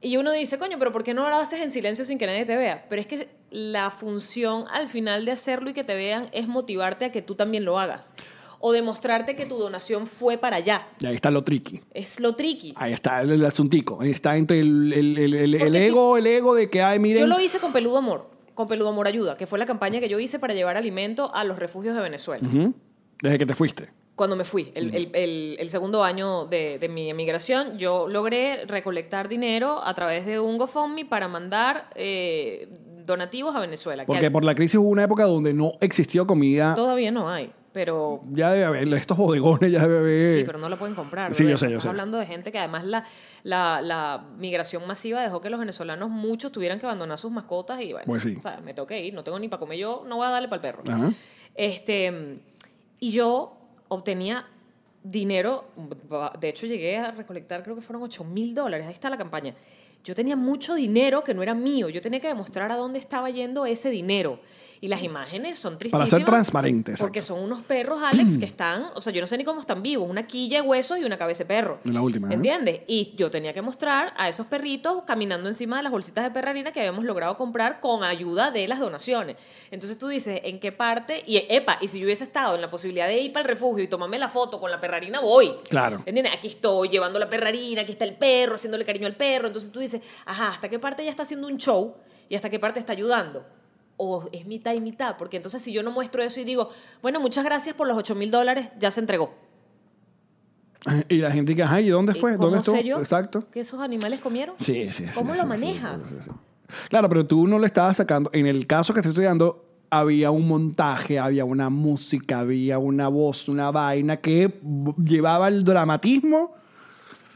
Speaker 1: Y uno dice, coño, pero ¿por qué no lo haces en silencio sin que nadie te vea? Pero es que la función al final de hacerlo y que te vean es motivarte a que tú también lo hagas. O demostrarte que tu donación fue para allá.
Speaker 2: Y ahí está lo tricky.
Speaker 1: Es lo tricky.
Speaker 2: Ahí está el, el asuntico. Ahí está entre el, el- el- el- el
Speaker 1: Porque si-
Speaker 2: ego, el ego de que, ay, miren.
Speaker 1: Yo lo hice con Peludo Amor, con Peludo Amor Ayuda, que fue la campaña que yo hice para llevar alimento a los refugios de Venezuela.
Speaker 2: Ujú. Desde que te fuiste.
Speaker 1: Cuando me fui, el, el- el- el segundo año de, de mi emigración, yo logré recolectar dinero a través de un GoFundMe para mandar eh, donativos a Venezuela. que
Speaker 2: Porque
Speaker 1: al-
Speaker 2: por la crisis hubo una época donde no existió comida.
Speaker 1: todavía no hay, pero
Speaker 2: Ya debe haber estos bodegones, ya debe haber.
Speaker 1: Sí, pero no la pueden comprar.
Speaker 2: Sí,
Speaker 1: brother.
Speaker 2: yo sé, yo
Speaker 1: Estás
Speaker 2: sé.
Speaker 1: hablando de gente que además la, la, la migración masiva dejó que los venezolanos muchos tuvieran que abandonar sus mascotas y bueno,
Speaker 2: Pues sí.
Speaker 1: o sea, me tengo que ir, no tengo ni para comer yo, no voy a darle para el perro.
Speaker 2: Ajá.
Speaker 1: Este, y yo obtenía dinero, de hecho llegué a recolectar creo que fueron 8 mil dólares, ahí está la campaña. Yo tenía mucho dinero que no era mío, yo tenía que demostrar a dónde estaba yendo ese dinero. Y las imágenes son
Speaker 2: ser
Speaker 1: tristísimas.
Speaker 2: transparentes, exacto.
Speaker 1: Porque son unos perros, Alex, que están, o sea, yo no sé ni cómo están vivos, una quilla de huesos y una cabeza de perro.
Speaker 2: La última, ¿eh?
Speaker 1: ¿Entiendes? Y yo tenía que mostrar a esos perritos caminando encima de las bolsitas de perrarina que habíamos logrado comprar con ayuda de las donaciones. Entonces tú dices, ¿en qué parte? Y, epa, y si yo hubiese estado en la posibilidad de ir para el refugio y tomarme la foto con la perrarina, voy.
Speaker 2: Claro.
Speaker 1: ¿Entiendes? Aquí estoy llevando la perrarina, aquí está el perro, haciéndole cariño al perro. Entonces tú dices, ajá, ¿hasta qué parte ella está haciendo un show y hasta qué parte está ayudando? O es mitad y mitad, porque entonces si yo no muestro eso y digo, bueno, muchas gracias por los 8 mil dólares, ya se entregó.
Speaker 2: Y la gente que, ay, ¿y dónde fue?
Speaker 1: ¿Y
Speaker 2: ¿Dónde
Speaker 1: ¿Cómo
Speaker 2: estuvo?
Speaker 1: sé Eh, yo
Speaker 2: Exacto.
Speaker 1: que esos animales comieron?
Speaker 2: Sí, sí, sí.
Speaker 1: ¿Cómo lo
Speaker 2: sí, sí,
Speaker 1: manejas?
Speaker 2: sí, sí, sí. Claro, pero tú no le estabas sacando. En el caso que te estoy dando, había un montaje, había una música, había una voz, una vaina que b- llevaba el dramatismo.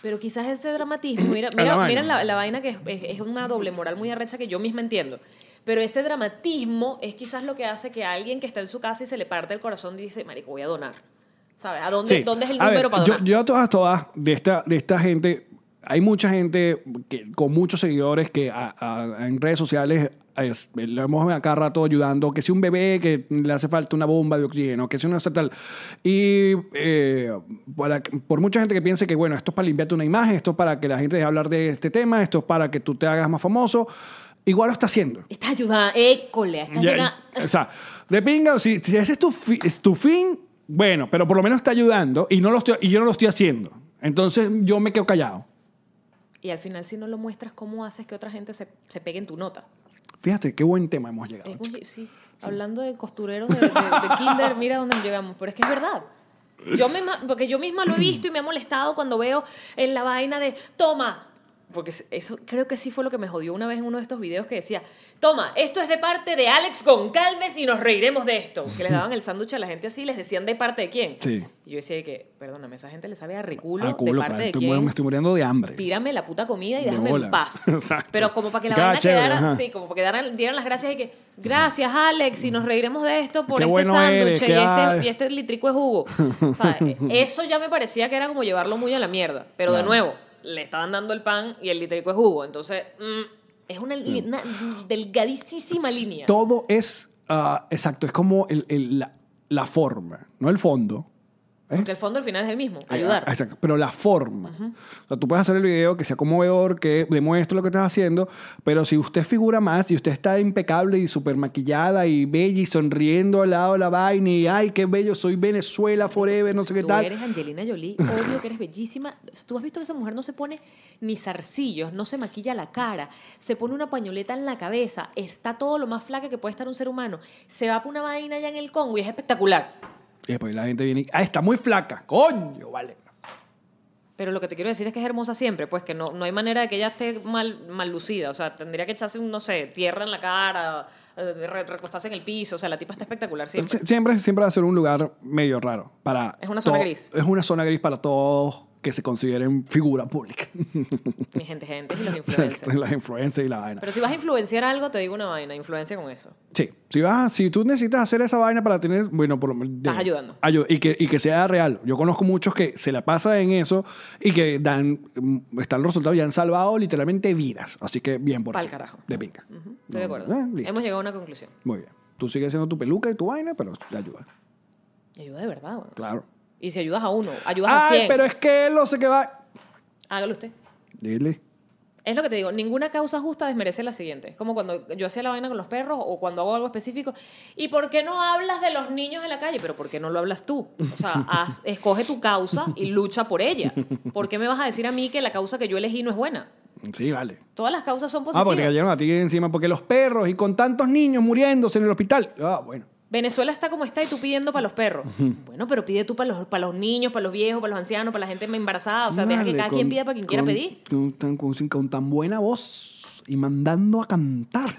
Speaker 1: Pero quizás ese dramatismo, mira,
Speaker 2: A la
Speaker 1: mira,
Speaker 2: vaina.
Speaker 1: mira la, la vaina que es, es- es una doble moral muy arrecha que yo misma entiendo. Pero ese dramatismo es quizás lo que hace que alguien que está en su casa y se le parte el corazón dice, marico, voy a donar. ¿Sabes? ¿A dónde,
Speaker 2: Sí.
Speaker 1: dónde es el
Speaker 2: A
Speaker 1: número
Speaker 2: ver,
Speaker 1: para
Speaker 2: yo,
Speaker 1: donar?
Speaker 2: yo a todas, todas, de esta, de esta gente, hay mucha gente que, con muchos seguidores que a- a- en redes sociales es- lo hemos acá rato ayudando, que si un bebé que le hace falta una bomba de oxígeno, que si una tal. Y eh, para- por mucha gente que piense que, bueno, esto es para limpiarte una imagen, esto es para que la gente deje hablar de este tema, esto es para que tú te hagas más famoso, igual lo está haciendo.
Speaker 1: Estás ayudando, école, estás
Speaker 2: Ya,
Speaker 1: llegando.
Speaker 2: O sea, de pinga, si, si ese es tu, fi- es tu fin, bueno, pero por lo menos está ayudando y, no lo estoy- y yo no lo estoy haciendo. Entonces yo me quedo callado.
Speaker 1: Y al final, si no lo muestras, ¿cómo haces que otra gente se, se pegue en tu nota?
Speaker 2: Fíjate, qué buen tema hemos llegado.
Speaker 1: Es
Speaker 2: chico.
Speaker 1: muy- sí, hablando de costureros de, de- de Kinder, mira dónde llegamos. Pero es que es verdad. Yo misma, porque yo misma lo he visto y me ha molestado cuando veo en la vaina de toma. Porque eso creo que sí fue lo que me jodió una vez en uno de estos videos que decía, toma, esto es de parte de Alex Goncalves y nos reiremos de esto. Que les daban el sándwich a la gente así y les decían de parte de quién.
Speaker 2: Sí.
Speaker 1: Y yo decía de que, perdóname, esa gente le sabe a reculo,
Speaker 2: Ah, culo,
Speaker 1: de parte
Speaker 2: padre,
Speaker 1: de
Speaker 2: estoy
Speaker 1: quién
Speaker 2: mu- me estoy muriendo de hambre.
Speaker 1: tírame la puta comida y
Speaker 2: De
Speaker 1: déjame
Speaker 2: bola.
Speaker 1: en paz.
Speaker 2: Exacto.
Speaker 1: Pero como para que la
Speaker 2: Ya,
Speaker 1: vaina
Speaker 2: chévere,
Speaker 1: quedara,
Speaker 2: ajá.
Speaker 1: sí, como para que daran, dieran las gracias y que, gracias Alex, y nos reiremos de esto por
Speaker 2: Qué
Speaker 1: este
Speaker 2: bueno eres,
Speaker 1: sándwich y,
Speaker 2: qué hay.
Speaker 1: este, y este litrico de jugo. ¿Sabes? Eso ya me parecía que era como llevarlo muy a la mierda. Pero de nuevo, le estaban dando el pan y el litrico de jugo. Entonces, mm, es una, li- una delgadísima línea.
Speaker 2: Todo es, ah, exacto, es como el- el- la, la forma, no el fondo. ¿eh?
Speaker 1: Porque el fondo al final es el mismo,
Speaker 2: Ah,
Speaker 1: ayudar.
Speaker 2: Exacto, pero la forma. O sea, tú puedes hacer el video que sea conmovedor, que demuestre lo que estás haciendo, pero si usted figura más y usted está impecable y súper maquillada y bella y sonriendo al lado de la vaina y, ay, qué bello, soy Venezuela forever, no sé qué
Speaker 1: Tú
Speaker 2: tal.
Speaker 1: eres Angelina Jolie, obvio que eres bellísima. Tú has visto que esa mujer no se pone ni zarcillos, no se maquilla la cara, se pone una pañoleta en la cabeza, está todo lo más flaca que puede estar un ser humano, se va por una vaina allá en el Congo y es espectacular.
Speaker 2: Y después la gente viene y, ah, está muy flaca, coño, vale.
Speaker 1: Pero lo que te quiero decir es que es hermosa siempre, pues que no, no hay manera de que ella esté mal, mal lucida. O sea, tendría que echarse, un, no sé, tierra en la cara, eh, re- recostarse en el piso. O sea, la tipa está espectacular siempre.
Speaker 2: Sie- Siempre, siempre va a ser un lugar medio raro. Para
Speaker 1: pues. Es una zona
Speaker 2: to-
Speaker 1: gris.
Speaker 2: Es una zona gris para todos que se consideren figura pública.
Speaker 1: Mi gente, gente, y los influencers.
Speaker 2: Las influencers y la vaina.
Speaker 1: Pero si vas a influenciar algo, te digo una vaina, influencia con eso.
Speaker 2: Sí, si, vas, si tú necesitas hacer esa vaina para tener, bueno, por lo menos...
Speaker 1: Estás ayudando.
Speaker 2: Ayuda, y, que, y que sea real. Yo conozco muchos que se la pasan en eso y que dan, mm, están los resultados y han salvado literalmente vidas. Así que bien por
Speaker 1: Pa'l
Speaker 2: ti.
Speaker 1: carajo.
Speaker 2: De pinga.
Speaker 1: Estoy de
Speaker 2: No,
Speaker 1: acuerdo.
Speaker 2: eh, listo.
Speaker 1: Hemos llegado a una conclusión.
Speaker 2: Muy bien. Tú sigues haciendo tu peluca y tu vaina, pero te ayuda.
Speaker 1: Y Ayuda de verdad, weón.
Speaker 2: Claro.
Speaker 1: Y si ayudas a uno, ayudas a
Speaker 2: Ay,
Speaker 1: 100.
Speaker 2: pero es que él no sé qué va.
Speaker 1: Hágalo usted.
Speaker 2: Dile.
Speaker 1: Es lo que te digo, ninguna causa justa desmerece la siguiente. Es como cuando yo hacía la vaina con los perros o cuando hago algo específico. ¿Y por qué no hablas de los niños en la calle? Pero ¿por qué no lo hablas tú? O sea, haz- escoge tu causa y lucha por ella. ¿Por qué me vas a decir a mí que la causa que yo elegí no es buena?
Speaker 2: Sí, vale.
Speaker 1: Todas las causas son
Speaker 2: Ah, porque
Speaker 1: positivas.
Speaker 2: cayeron a ti encima. Porque los perros y con tantos niños muriéndose en el hospital. Ah, bueno.
Speaker 1: Venezuela está como está y tú pidiendo para los perros. Bueno, pero pide tú para los, para los niños, para los viejos, para los ancianos, para la gente embarazada. O sea, deja que
Speaker 2: Vale,
Speaker 1: cada
Speaker 2: con-
Speaker 1: quien pida para quien quiera
Speaker 2: con-
Speaker 1: pedir.
Speaker 2: Con tan, con- con tan buena voz y mandando a cantar.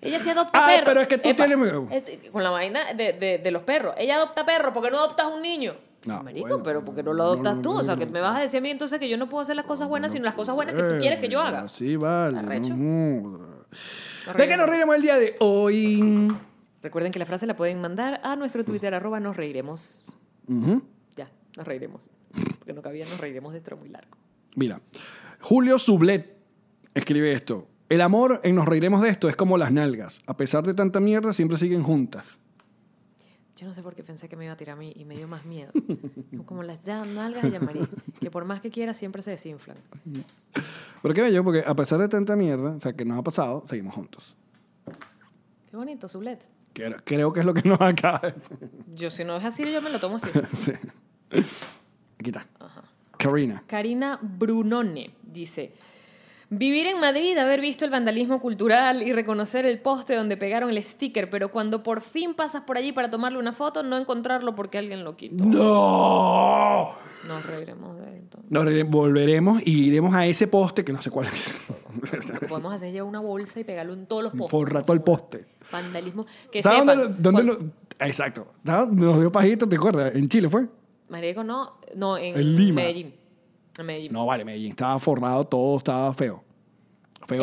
Speaker 1: Ella sí adopta
Speaker 2: Ah,
Speaker 1: perros.
Speaker 2: pero es que tú tienes-
Speaker 1: este, Con la vaina de, de- de los perros. Ella adopta perros, ¿por qué no adoptas un niño?
Speaker 2: No,
Speaker 1: Marico,
Speaker 2: bueno,
Speaker 1: pero ¿por qué no lo
Speaker 2: no,
Speaker 1: adoptas
Speaker 2: no,
Speaker 1: tú?
Speaker 2: no,
Speaker 1: o sea,
Speaker 2: no,
Speaker 1: que me vas a decir a mí entonces que yo no puedo hacer las cosas buenas, sino las cosas buenas que tú quieres que yo haga.
Speaker 2: Eh, Sí, vale.
Speaker 1: Arrecho.
Speaker 2: no joda. ¿De qué nos reiremos el día de hoy?
Speaker 1: Recuerden que la frase la pueden mandar a
Speaker 2: Mm.
Speaker 1: nuestro Twitter, arroba nos reiremos.
Speaker 2: Ujú.
Speaker 1: Ya, nos reiremos. Porque no cabía, nos reiremos de esto era muy largo.
Speaker 2: Mira, Julio Sublet escribe esto. El amor en Nos Reiremos de Esto es como las nalgas. A pesar de tanta mierda, siempre siguen juntas.
Speaker 1: Yo no sé por qué pensé que me iba a tirar a mí y me dio más miedo. Como las ya- nalgas de Yamarí, que por más que quiera siempre se desinflan.
Speaker 2: Pero qué bello, porque a pesar de tanta mierda, o sea, que nos ha pasado, seguimos juntos.
Speaker 1: Qué bonito, Zulet.
Speaker 2: Creo, creo que es lo que nos acaba de decir.
Speaker 1: Yo si no es así, yo me lo tomo así.
Speaker 2: Sí. Aquí está. Karina.
Speaker 1: Karina Brunone dice, vivir en Madrid, haber visto el vandalismo cultural y reconocer el poste donde pegaron el sticker, pero cuando por fin pasas por allí para tomarle una foto, no encontrarlo porque alguien lo quitó.
Speaker 2: ¡No!
Speaker 1: Nos reiremos de esto.
Speaker 2: Nos re- volveremos y iremos a ese poste que no sé cuál es.
Speaker 1: Podemos hacer ya una bolsa y pegarlo en todos los postes.
Speaker 2: Forra todo el poste.
Speaker 1: Vandalismo. Que
Speaker 2: ¿Sabes
Speaker 1: sepan.
Speaker 2: dónde, lo- dónde
Speaker 1: cuan-
Speaker 2: lo- Exacto. ¿Sabes? Nos dio pajita, ¿te acuerdas? En Chile fue.
Speaker 1: Marico, no. No, en,
Speaker 2: En Lima.
Speaker 1: Medellín. En Medellín.
Speaker 2: No, vale, Medellín estaba formado, todo estaba feo. Feo,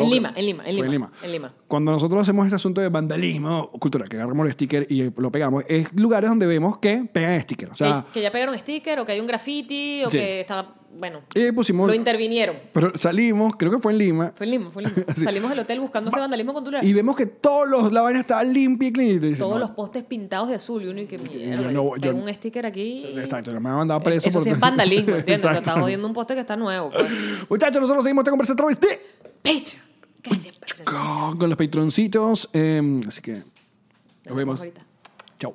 Speaker 1: En
Speaker 2: creo.
Speaker 1: Lima, en Lima, en
Speaker 2: Fue
Speaker 1: Lima, en Lima.
Speaker 2: Cuando nosotros hacemos este asunto de vandalismo cultural, que agarramos el sticker y lo pegamos, es lugares donde vemos que pegan sticker. O sea,
Speaker 1: que, que ya pegaron sticker o que hay un graffiti o
Speaker 2: Sí.
Speaker 1: que está. Bueno.
Speaker 2: y ahí eh, pusimos.
Speaker 1: Lo intervinieron.
Speaker 2: pero salimos, creo que fue en Lima,
Speaker 1: Fue en Lima, fue en Lima.
Speaker 2: Sí.
Speaker 1: Salimos del hotel buscando ese vandalismo cultural.
Speaker 2: y vemos que todos los, la vaina estaba limpia y clean. y te dicen,
Speaker 1: Todos
Speaker 2: no,
Speaker 1: los postes pintados de azul y uno y que mierda.
Speaker 2: Yo no-
Speaker 1: pega
Speaker 2: yo-
Speaker 1: un sticker aquí. y-
Speaker 2: Exacto, yo me he mandado
Speaker 1: Es-
Speaker 2: preso.
Speaker 1: Eso
Speaker 2: por-
Speaker 1: sí es vandalismo, ¿entiendes? O sea,
Speaker 2: Exacto.
Speaker 1: estás jodiendo un poste que está nuevo. pues.
Speaker 2: Muchachos, nosotros seguimos esta conversación a través de-
Speaker 1: Patreon. Gracias, Patreon.
Speaker 2: con, con los patroncitos. eh, así que nos
Speaker 1: Nos
Speaker 2: vemos.
Speaker 1: vemos ahorita.
Speaker 2: Chao.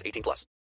Speaker 5: 18 plus.